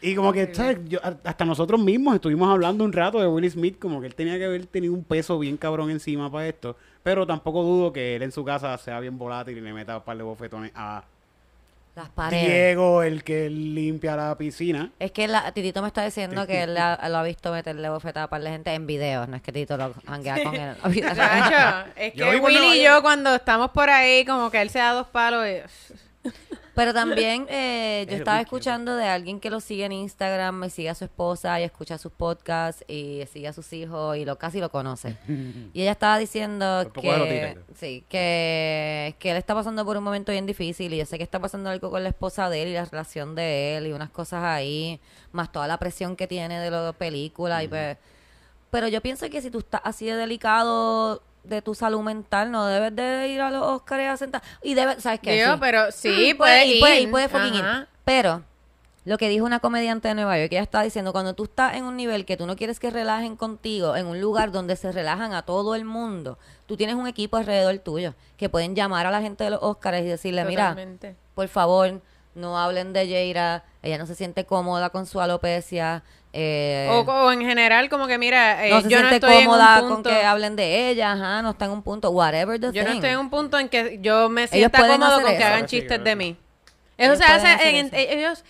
S2: y como que, ¿sabes? Yo- a- hasta nosotros mismos estuvimos hablando un rato de Will Smith, como que él tenía que haber tenido un peso bien cabrón encima para esto. Pero tampoco dudo que él en su casa sea bien volátil y le meta un par de bofetones a
S3: Las paredes.
S2: Diego, el que limpia la piscina.
S3: Es que la, Titito me está diciendo que él la- lo ha visto meterle bofetada a par de gente en videos. No es que Titito lo hanguea con él.
S1: Chacho, es
S2: Yo
S1: que
S2: vivo en Nueva
S1: Willy y
S2: York.
S1: yo cuando estamos por ahí, como que él se da dos palos y...
S3: Pero también eh, yo
S2: Es
S3: estaba
S2: wicked.
S3: escuchando de alguien que lo sigue en Instagram, me sigue a su esposa y escucha sus podcasts y sigue a sus hijos y lo casi lo conoce. Y ella estaba diciendo
S2: Por poco lo tira,
S3: que
S2: ¿no?
S3: sí, que, que él está pasando por un momento bien difícil y yo sé que está pasando algo con la esposa de él y la relación de él y unas cosas ahí, más toda la presión que tiene de la película y pues pero yo pienso que si tú estás así de delicado de tu salud mental, no debes de ir a los Oscars a sentar. Y debes, ¿sabes qué?
S1: Digo,
S3: Sí.
S1: pero sí,
S3: Mm,
S1: puede ir.
S3: puede ir, puede fucking ir.
S1: Ajá.
S3: Pero lo que dijo una comediante de Nueva York, ella estaba diciendo, cuando tú estás en un nivel que tú no quieres que relajen contigo, en un lugar donde se relajan a todo el mundo, tú tienes un equipo alrededor tuyo que pueden llamar a la gente de los Oscars y decirle, mira,
S1: Totalmente.
S3: por favor, no hablen de Jaira, ella no se siente cómoda con su alopecia. eh,
S1: O, o en general, como que mira, eh,
S3: no se
S1: yo no
S3: siente
S1: estoy en
S3: cómoda
S1: un
S3: con
S1: punto...
S3: que hablen de ella, ajá, no está en un punto, whatever the
S1: Yo no
S3: thing.
S1: estoy en un punto en que yo me sienta
S3: pueden
S1: cómodo
S3: hacer
S1: con que
S3: eso.
S1: hagan
S2: Sí,
S1: chistes de
S2: claro.
S1: mí.
S3: Ellos
S1: Eso se hace
S3: pueden hacer
S1: en,
S3: eso.
S1: en- ellos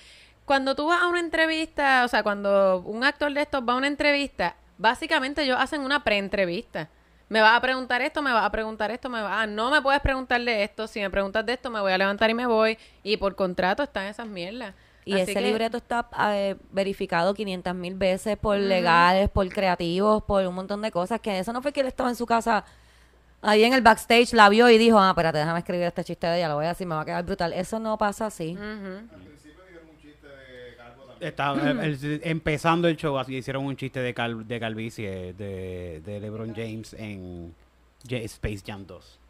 S1: cuando tú vas a una entrevista, o sea, cuando un actor de estos va a una entrevista, básicamente ellos hacen una preentrevista. Me vas a preguntar esto, me vas a preguntar esto, me vas a... No me puedes preguntar de esto, si me preguntas de esto me voy a levantar y me voy. Y por contrato están esas mierdas.
S3: Y
S1: Así
S3: ese
S1: que-
S3: libreto está eh, verificado 500 mil veces por legales, por creativos, por un montón de cosas. Que eso no fue que él estaba en su casa, ahí en el backstage, la vio y dijo, ah, espérate, déjame escribir este chiste de ella, lo voy a decir, me va a quedar brutal. Eso no pasa así.
S1: Ujú.
S2: Estaba, el- el- empezando el show, así hicieron un chiste de, cal, de calvicie de, de LeBron James en J- Space Jam 2.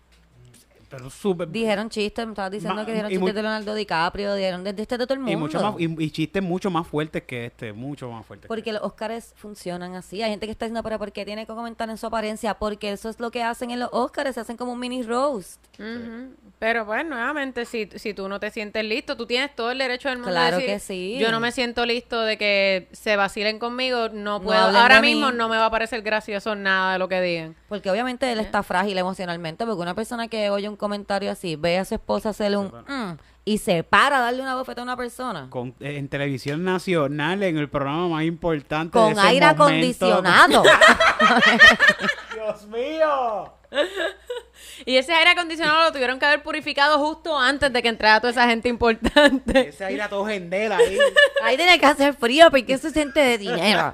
S2: Pero súper.
S3: Dijeron chistes, me estabas diciendo
S2: Ma-
S3: que dijeron
S2: y
S3: chistes
S2: mu-
S3: de Leonardo DiCaprio, dijeron de, de este de todo el mundo.
S2: Y, mucho más, y, y chistes mucho más fuertes que este, mucho más fuertes. que
S3: Porque los Óscares funcionan así. Hay gente que está diciendo, pero ¿por qué tiene que comentar en su apariencia? Porque eso es lo que hacen en los Óscares, se hacen como un mini roast.
S1: Ujú. Pero pues nuevamente, si, si tú no te sientes listo, tú tienes todo el derecho del mundo
S3: Claro
S1: de
S3: que
S1: decir,
S3: sí.
S1: yo no me siento listo de que se vacilen conmigo, no
S3: No
S1: puedo,
S3: hablen de
S1: ahora
S3: mí.
S1: mismo no me va a parecer gracioso nada de lo que digan.
S3: Porque obviamente él está frágil emocionalmente, porque una persona que oye un comentario así, ve a su esposa hacerle un "Mm", y se para a darle una bofeta a una persona.
S2: con- eh, en televisión nacional, en el programa más importante. de
S3: Con
S2: ese
S3: aire
S2: momento.
S3: acondicionado.
S2: ¡Dios mío!
S1: Y ese aire acondicionado lo tuvieron que haber purificado justo antes de que entrara toda esa gente importante.
S2: Ese aire a todo gendela ahí.
S3: Ahí tiene que hacer frío porque eso es gente de dinero.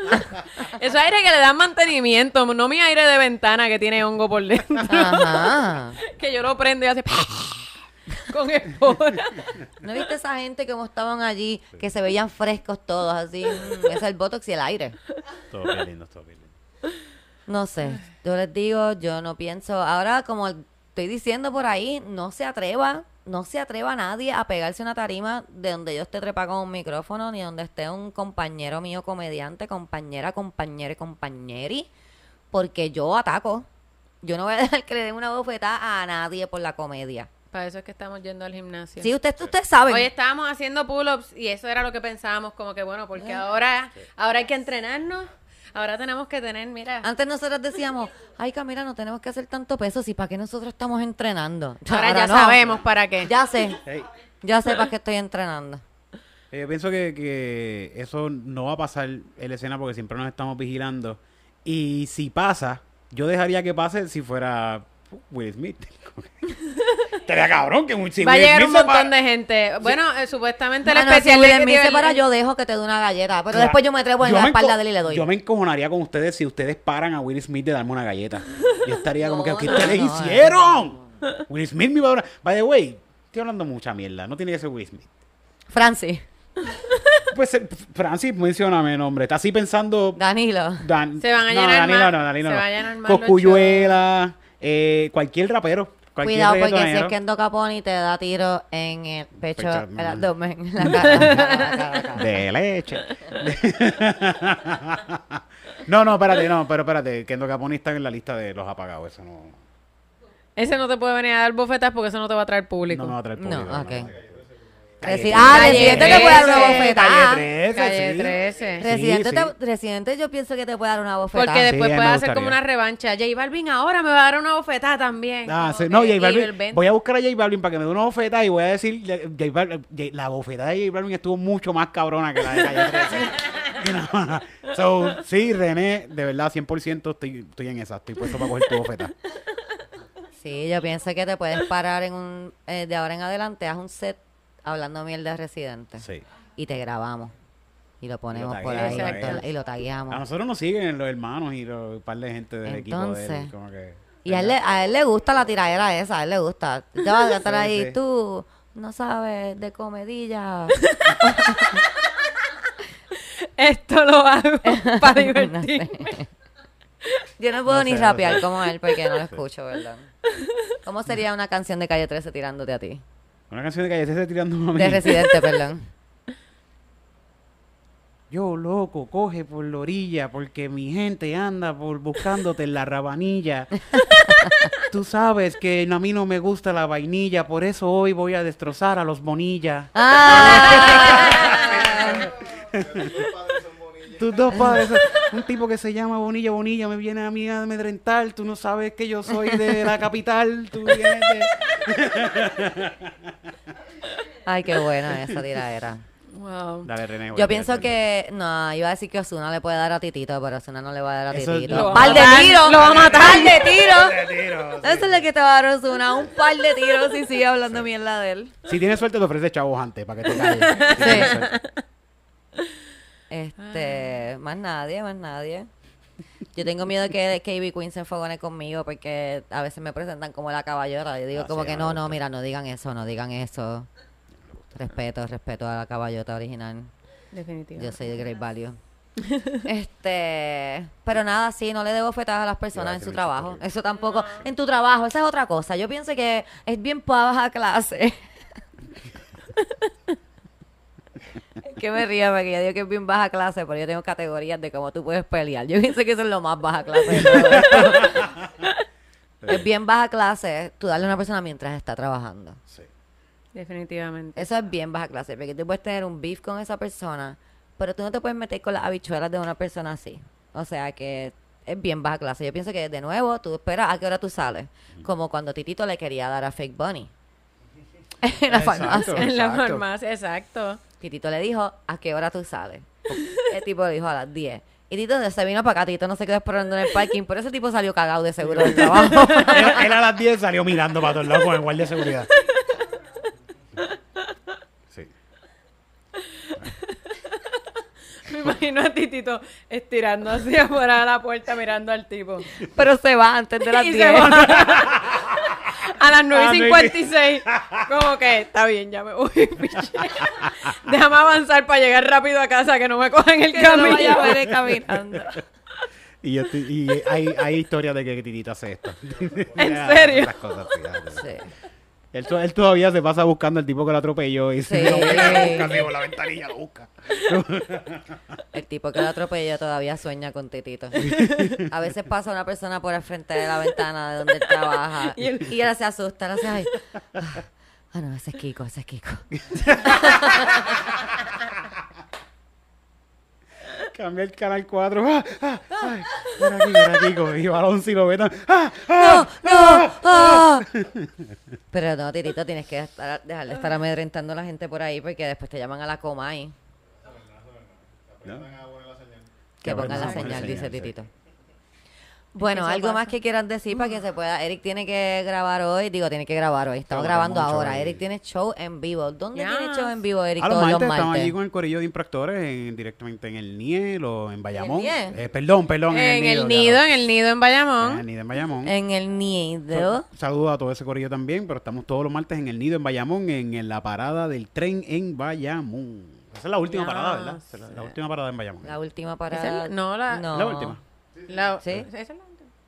S1: Ese aire que le dan mantenimiento, no mi aire de ventana que tiene hongo por dentro,
S3: Ajá.
S1: que yo lo prendo y hace con espora.
S3: ¿No viste esa gente como estaban allí, que se veían frescos todos así? "Mm, es el botox y el aire.
S2: todo bien lindo, todo bien lindo.
S3: No sé, yo les digo, yo no pienso. Ahora, como estoy diciendo por ahí, no se atreva, no se atreva nadie a pegarse una tarima de donde yo esté trepa con un micrófono, ni donde esté un compañero mío comediante, compañera, compañero y compañeri, porque yo ataco. Yo no voy a dejar que le den una bofetada a nadie por la comedia.
S1: Para eso es que estamos yendo al gimnasio.
S3: Sí, usted, usted sabe.
S1: Hoy estábamos haciendo pull-ups y eso era lo que pensábamos, como que bueno, porque
S3: Ah.
S1: ahora, ahora hay que entrenarnos, ahora tenemos que tener, mira,
S3: Antes nosotros decíamos, ay Camila, no tenemos que hacer tanto peso, si para qué nosotros estamos entrenando.
S1: ahora, ya
S3: no.
S1: sabemos para qué.
S3: Ya sé.
S2: Hey.
S3: Ya sé para qué estoy entrenando.
S2: Eh, Yo pienso que, que eso no va a pasar en la escena porque siempre nos estamos vigilando. Y si pasa, yo dejaría que pase si fuera Will Smith. Estaría cabrón que un- si
S1: Va a
S2: Will
S1: llegar
S2: Smith
S1: un
S2: se
S1: montón
S2: para-
S1: de gente. Bueno, eh, supuestamente el
S3: Mano,
S1: especial
S3: si
S1: de
S3: Will
S1: que
S3: Smith
S1: tiene
S3: se
S1: el-
S3: para, yo dejo que te dé una galleta. Pero
S2: Claro.
S3: después yo me trepo en
S2: Yo
S3: la
S2: me
S3: espalda
S2: enco-
S3: de él y le doy.
S2: Yo me encojonaría con ustedes si ustedes paran a Will Smith de darme una galleta. Yo estaría como que,
S3: No,
S2: ¿qué
S3: no,
S2: ustedes
S3: no, no.
S2: hicieron? Will Smith me va a... dar- By the way, estoy hablando mucha mierda. No tiene que ser Will Smith.
S3: Francis,
S2: Pues, eh, Francis, mencióname nombre. Está así pensando...
S3: Danilo.
S2: Dan-
S1: Se van a
S2: no,
S1: llenar
S2: Danilo
S1: más-
S2: no, Danilo
S1: se
S2: no.
S1: van a llenar más los
S2: Cosculluela, eh, cualquier rapero. Cualquier
S3: Cuidado porque si es
S2: reggaetonero.
S3: Kendo Caponi te da tiro en el pecho,
S2: Pecho,
S3: el
S2: mm.
S3: abdomen, en la cara, la cara, la cara.
S2: De leche. no, no, espérate, no, pero espérate. Kendo Caponi está en la lista de los apagados. Eso no,
S1: Ese no te puede venir a dar bofetas porque eso no te va a traer público.
S2: no me va a traer público.
S3: No,
S2: no.
S3: ok. Resi-
S2: Calle
S3: ah,
S1: Calle
S3: residente te puede dar una
S1: 13,
S3: bofetada.
S2: Calle 13,
S1: Calle
S2: sí.
S1: 13.
S2: Sí,
S3: Residente,
S2: sí.
S3: te- Residente yo pienso que te puede dar una bofetada.
S1: Porque después
S2: Sí, a mí
S1: puede
S2: me
S1: hacer como
S2: gustaría.
S1: una revancha. J Balvin ahora me va a dar una bofetada también.
S2: Ah,
S1: Como
S2: sí. No,
S1: que-
S2: J
S1: y
S2: Balvin-
S1: el ven-
S2: Voy a buscar a J Balvin para que me dé una bofeta y voy a decir, eh, J Bal- J- la bofetada de J Balvin estuvo mucho más cabrona que la de Calle 13. Y no, no. So, sí, René, de verdad, 100% estoy, estoy en esa. Estoy puesto para coger tu bofeta.
S3: Sí, yo pienso que te puedes parar en un, eh, de ahora en adelante, haz un set hablando mierda de Residente.
S2: Sí.
S3: Y te grabamos. Y lo ponemos por
S2: tagueas,
S3: ahí.
S1: lo
S3: en todas-
S1: tagueas.
S3: Y lo
S2: A
S3: tagueamos.
S2: nosotros nos siguen los hermanos y los, un par de gente del equipo de él.
S3: Entonces.
S2: Como que,
S3: Y a él, le- a él le gusta la tiradera esa, a él le gusta. Te vas a cantar
S2: Sí,
S3: ahí,
S2: sí.
S3: tú no sabes de comedilla.
S1: Esto lo hago para
S3: No
S1: divertirme.
S3: sé. Yo no puedo
S2: No
S3: ni
S2: sé, no
S3: rapear
S2: sé.
S3: como él porque no lo escucho, ¿verdad? ¿Cómo sería una canción de Calle 13 tirándote a ti?
S2: Una canción de Calle 13 tirando a mí.
S3: De Residente, perdón.
S2: Yo, loco, coge por la orilla porque mi gente anda por buscándote en la rabanilla. Tú sabes que a mí no me gusta la vainilla, por eso hoy voy a destrozar a los Bonilla.
S3: ¡Ah!
S2: Tus dos padres, un tipo que se llama Bonilla Bonilla me viene a mí a amedrentar, tú no sabes que yo soy de la capital, tú vienes de...
S3: Ay, qué buena esa tiradera.
S1: Wow.
S2: Dale, René. voy a
S3: Yo pienso
S2: tirarte.
S3: que. No, iba a decir que Osuna le puede dar a Titito, pero Osuna no le va a dar a
S2: Eso
S3: Titito. Un
S2: lo va a
S3: par de
S1: matar,
S3: tiros.
S1: lo va a matar.
S3: Un par de tiros.
S2: Te tiro, sí.
S3: Eso es lo que te va a dar Osuna. Un par de tiros y sigue hablando mierda de él.
S2: Si tienes suerte te ofrece chavos antes para que te caigas.
S3: Sí. Este. Más nadie, más nadie. Yo tengo miedo que KB Queen se enfogone conmigo porque a veces me presentan como la caballora. Yo digo,
S2: Ah,
S3: como
S2: sí,
S3: que
S2: no
S3: no,
S2: me
S3: no,
S2: gusta.
S3: mira, no digan eso, no digan eso. Respeto, respeto a la caballota original.
S1: Definitivo.
S3: Yo soy de Great Value. este, pero nada, sí, no le debo fetas a las personas
S2: Iba a
S3: en su
S2: decir
S3: trabajo.
S2: mucho
S3: Eso tampoco, en tu trabajo, esa es otra cosa. Yo pienso que es bien para baja clase. Es que me río porque yo digo que es bien baja clase, pero yo tengo categorías de cómo tú puedes pelear. Yo pienso que eso es lo más baja clase. de todo esto. es bien baja clase tú darle a una persona mientras está trabajando.
S2: Sí.
S1: Definitivamente.
S3: Eso es bien baja clase, porque tú puedes tener un beef con esa persona, pero tú no te puedes meter con las habichuelas de una persona así. O sea que es bien baja clase. Yo pienso que de nuevo tú esperas a qué hora tú sales. Como cuando Titito le quería dar a Fake Bunny. en la
S2: Exacto.
S3: farmacia.
S1: En la
S2: Exacto.
S1: farmacia, exacto.
S3: Titito le dijo, ¿a qué hora tú sales? El tipo le dijo a las 10. Y Tito se vino para acá, Tito no se quedó esperando en el parking, por ese tipo salió cagado de seguro del trabajo.
S2: él, él a las 10 salió mirando para todos lados con el guardia de seguridad. Sí.
S1: Me imagino a Titito estirando así afuera de la puerta mirando al tipo.
S3: Pero se va antes de las
S1: Y se
S3: 10.
S1: va. A las
S2: Ah,
S1: 9.56.
S2: nueve
S1: Como que está bien, ya me voy. piche. Déjame avanzar para llegar rápido a casa que no me cojan el
S3: Que no lo
S1: camino.
S3: vaya a ver caminando.
S2: Y, yo estoy- y hay, hay historias de que Titita hace esto.
S1: ¿En serio?
S2: Estas cosas, sí, ya, sí.
S3: Sí.
S2: Él, to- él todavía se pasa buscando al tipo que lo atropelló y
S3: Sí.
S2: se lo busca así por la ventanilla, lo busca.
S3: El tipo que lo atropelló todavía sueña con Titito. A veces pasa una persona por el frente de la ventana de donde él trabaja y,
S1: Y él-
S3: él se asusta, él hace, "Ay, ah, ah, no, ese es Kiko, ese es Kiko.
S2: Cambia el canal 4. ¡Ah, ah, ay, mira aquí, mira aquí, como- y balón si lo ve tan- ¡Ah,
S3: ¡No,
S2: ah!
S3: no! ah". Pero no, Titito, tienes que estar, dejar de estar amedrentando a la gente por ahí porque después te llaman a la coma y
S2: ¿No?
S3: que
S2: Que
S3: pongan la
S2: pongan
S3: señal,
S2: la
S3: dice
S2: señal, sí.
S3: Titito. Bueno,
S1: eso
S3: algo
S1: pasa.
S3: más que quieran decir para que se pueda. Eric tiene que grabar hoy. Digo, tiene que grabar hoy. Estamos
S2: Tengo-
S3: grabando
S2: tengo un show
S3: ahora.
S2: ahí.
S3: Eric tiene show en vivo. ¿Dónde tiene
S1: Yes.
S3: show en vivo, Eric?
S2: A los
S3: Todos
S2: martes,
S3: los
S2: estamos allí
S3: martes.
S2: con el corillo de infractores en- directamente en el Niel o en Bayamón.
S3: Niel?
S2: Eh, perdón, perdón.
S1: En el nido, en el nido en
S2: En el
S1: Bayamón.
S2: nido en Bayamón.
S3: En el Nido.
S2: Saludos a todo ese corillo también, pero estamos todos los martes en el nido en Bayamón, en, en la parada del tren en Bayamón. Esa es la última
S1: Ya,
S2: parada, ¿verdad? Esa es La,
S1: sí.
S2: la última parada en Bayamón.
S3: La última
S1: Esa
S3: parada.
S1: es la- no, la-
S2: La última.
S1: La-
S3: Sí.
S1: ¿Esa es la última?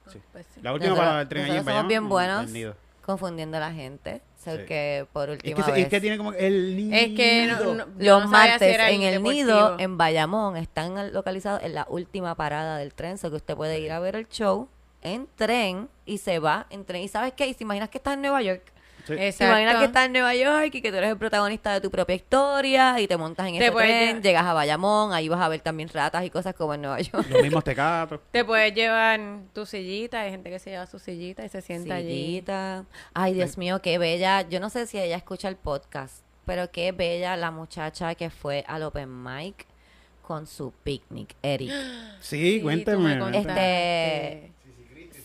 S1: Ah,
S2: Sí.
S1: pues sí.
S2: La última
S3: Nosotros-
S2: parada del tren allí en
S3: nosotros
S2: Bayamón.
S3: somos
S2: Mm,
S3: bien buenos
S2: el nido.
S3: confundiendo a la gente. O sea,
S2: Sí.
S3: que por
S2: Es
S3: última
S2: que, se-
S3: vez.
S2: es que tiene como el nido.
S1: Es que no- no- yo
S3: Los
S1: no sabía si
S3: martes
S1: era
S3: en el
S1: deportivo.
S3: nido en Bayamón están al- localizados en la última parada del tren, so que usted puede ir a ver el show en tren y se va en tren. ¿Y sabes qué? Y si imaginas que estás en Nueva York.
S2: Sí.
S3: ¿Te
S1: Exacto.
S3: imaginas que estás en Nueva York y que tú eres el protagonista de tu propia historia y te montas en
S1: Te
S3: ese
S1: puedes
S3: tren,
S1: llevar-
S3: llegas a Bayamón, ahí vas a ver también ratas y cosas como en Nueva York.
S2: Los mismos tecatos.
S1: Te puedes llevar tu sillita, hay gente que se lleva su sillita y se sienta allí.
S3: Sillita. Ay, Dios mío, qué bella. Yo no sé si ella escucha el podcast, pero qué bella la muchacha que fue al open mic con su picnic, Eric.
S2: Sí,
S1: Sí, tú me
S2: cuénteme.
S1: contaste.
S2: cuénteme.
S3: Este-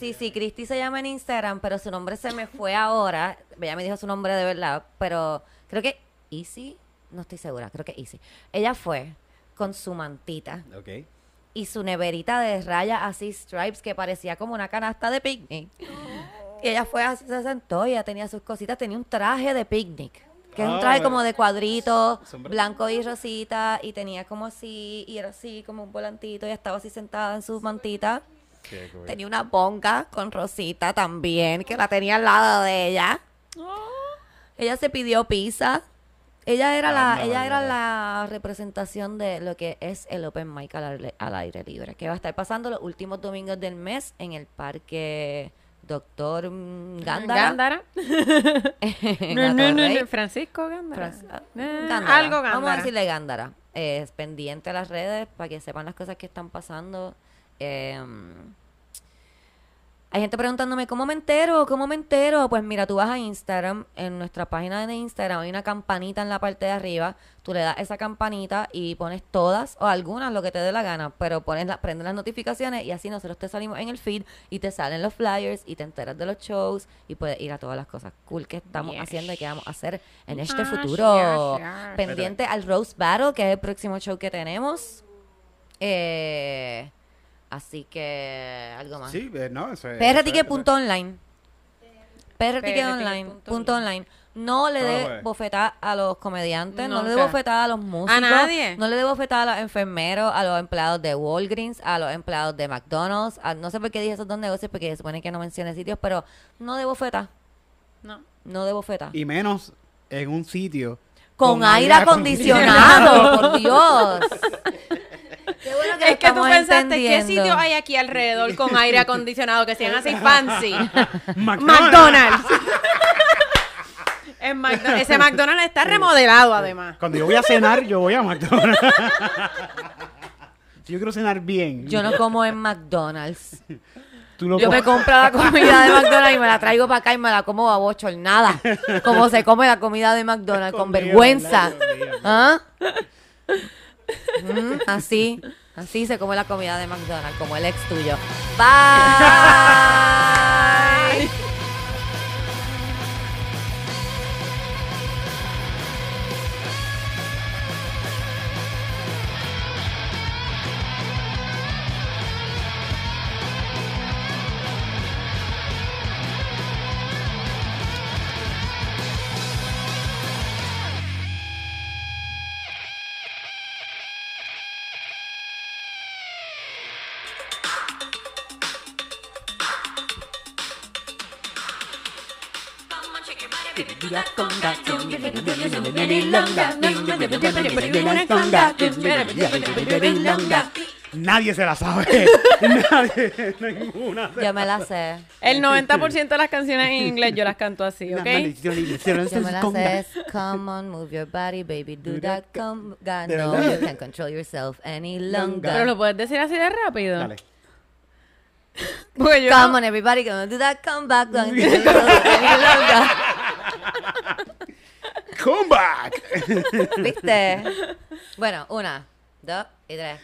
S3: Sí, sí, Cristi se llama en Instagram, pero su nombre se me fue ahora. Ella me dijo su nombre de verdad, pero creo que Easy, no estoy segura, creo que Easy. Ella fue con su mantita
S2: Ok.
S3: y su neverita de rayas así stripes que parecía como una canasta de picnic. Y ella fue así, se sentó y ella tenía sus cositas, tenía un traje de picnic. Que es un
S2: Ah,
S3: traje
S2: bueno.
S3: como de cuadrito,
S2: Sombrero.
S3: blanco y rosita, y tenía como así, y era así, como un volantito, y estaba así sentada en su mantita.
S2: Qué cool.
S3: Tenía una bonga con Rosita también, que la tenía al lado de ella. Ella se pidió pizza. Ella era la,
S2: Anda,
S3: ella era
S2: Bárbara.
S3: la representación de lo que es el Open Mic al, aire- al aire libre, que va a estar pasando los últimos domingos del mes en el parque Doctor mm, Gándara.
S1: Gándara.
S3: en
S1: No, no, no,
S3: Atorrey.
S1: no, Francisco Gándara.
S3: Fran-
S1: Eh,
S3: Gándara.
S1: Algo Gándara.
S3: Vamos a decirle Gándara. Eh, es pendiente a las redes para que sepan las cosas que están pasando. Eh, hay gente preguntándome, ¿cómo me entero? ¿Cómo me entero? Pues mira, tú vas a Instagram, en nuestra página de Instagram hay una campanita en la parte de arriba. Tú le das esa campanita y pones todas o algunas, lo que te dé la gana, pero pones la, prendes las notificaciones y así nosotros te salimos en el feed y te salen los flyers y te enteras de los shows y puedes ir a todas las cosas cool que estamos
S1: Yes.
S3: haciendo y que vamos a hacer en este
S1: Ah,
S3: futuro.
S1: sí, ah, sí.
S3: Pendiente al Rose Battle, que es el próximo show que tenemos. Eh, así que algo más.
S2: Sí, eh, no, eso es.
S3: PRTicket.online. PRTicket.online.
S1: PRTicket.online.
S3: Punto online. No le
S2: Todo lo
S3: dé
S2: puede.
S3: bofetada a los comediantes, no le dé
S1: Nunca.
S3: bofetada a los músicos,
S1: nadie.
S3: no le dé bofetada a los enfermeros, a los empleados de Walgreens, a los empleados de McDonald's, a- no sé por qué dije esos dos negocios porque se supone que no mencioné sitios, pero no de bofeta,
S1: No.
S3: no de bofeta.
S2: Y menos en un sitio.
S3: Con, aire acondicionado, por Dios. Qué bueno lo
S1: Es que tú
S3: estamos
S1: pensaste, ¿qué
S3: entendiendo.
S1: sitio hay aquí alrededor con aire acondicionado que sean así fancy?
S2: McDonald's.
S1: McDonald's. En McDo- Ese McDonald's está remodelado además.
S2: Cuando yo voy a cenar, yo voy a McDonald's. si yo quiero cenar bien,
S3: Yo no como en McDonald's.
S2: tú lo
S3: Yo me compro la comida de McDonald's y me la traigo para acá y me la como a nada Como se come la comida de McDonald's, con
S2: Conmigo,
S3: vergüenza.
S2: ¿verdad? Dios mío.
S3: ¿Ah? Mm, así, así se come la comida de McDonald's, como el ex tuyo. Bye.
S2: Nadie se la sabe. Nadie, ninguna.
S3: Yo me la sé.
S1: El 90% de las canciones en inglés yo las canto así, ¿ok?
S3: Yo me la sé. es, Come on, move your body, baby, do that. Come, God, no, you can't control yourself any
S1: Pero
S3: longer.
S1: lo puedes decir así de rápido.
S2: Dale.
S1: Porque yo
S3: Come on, everybody, come on, do that. Come back, don't you any longer.
S2: Come back.
S3: ¿Viste? Bueno, una, dos y tres.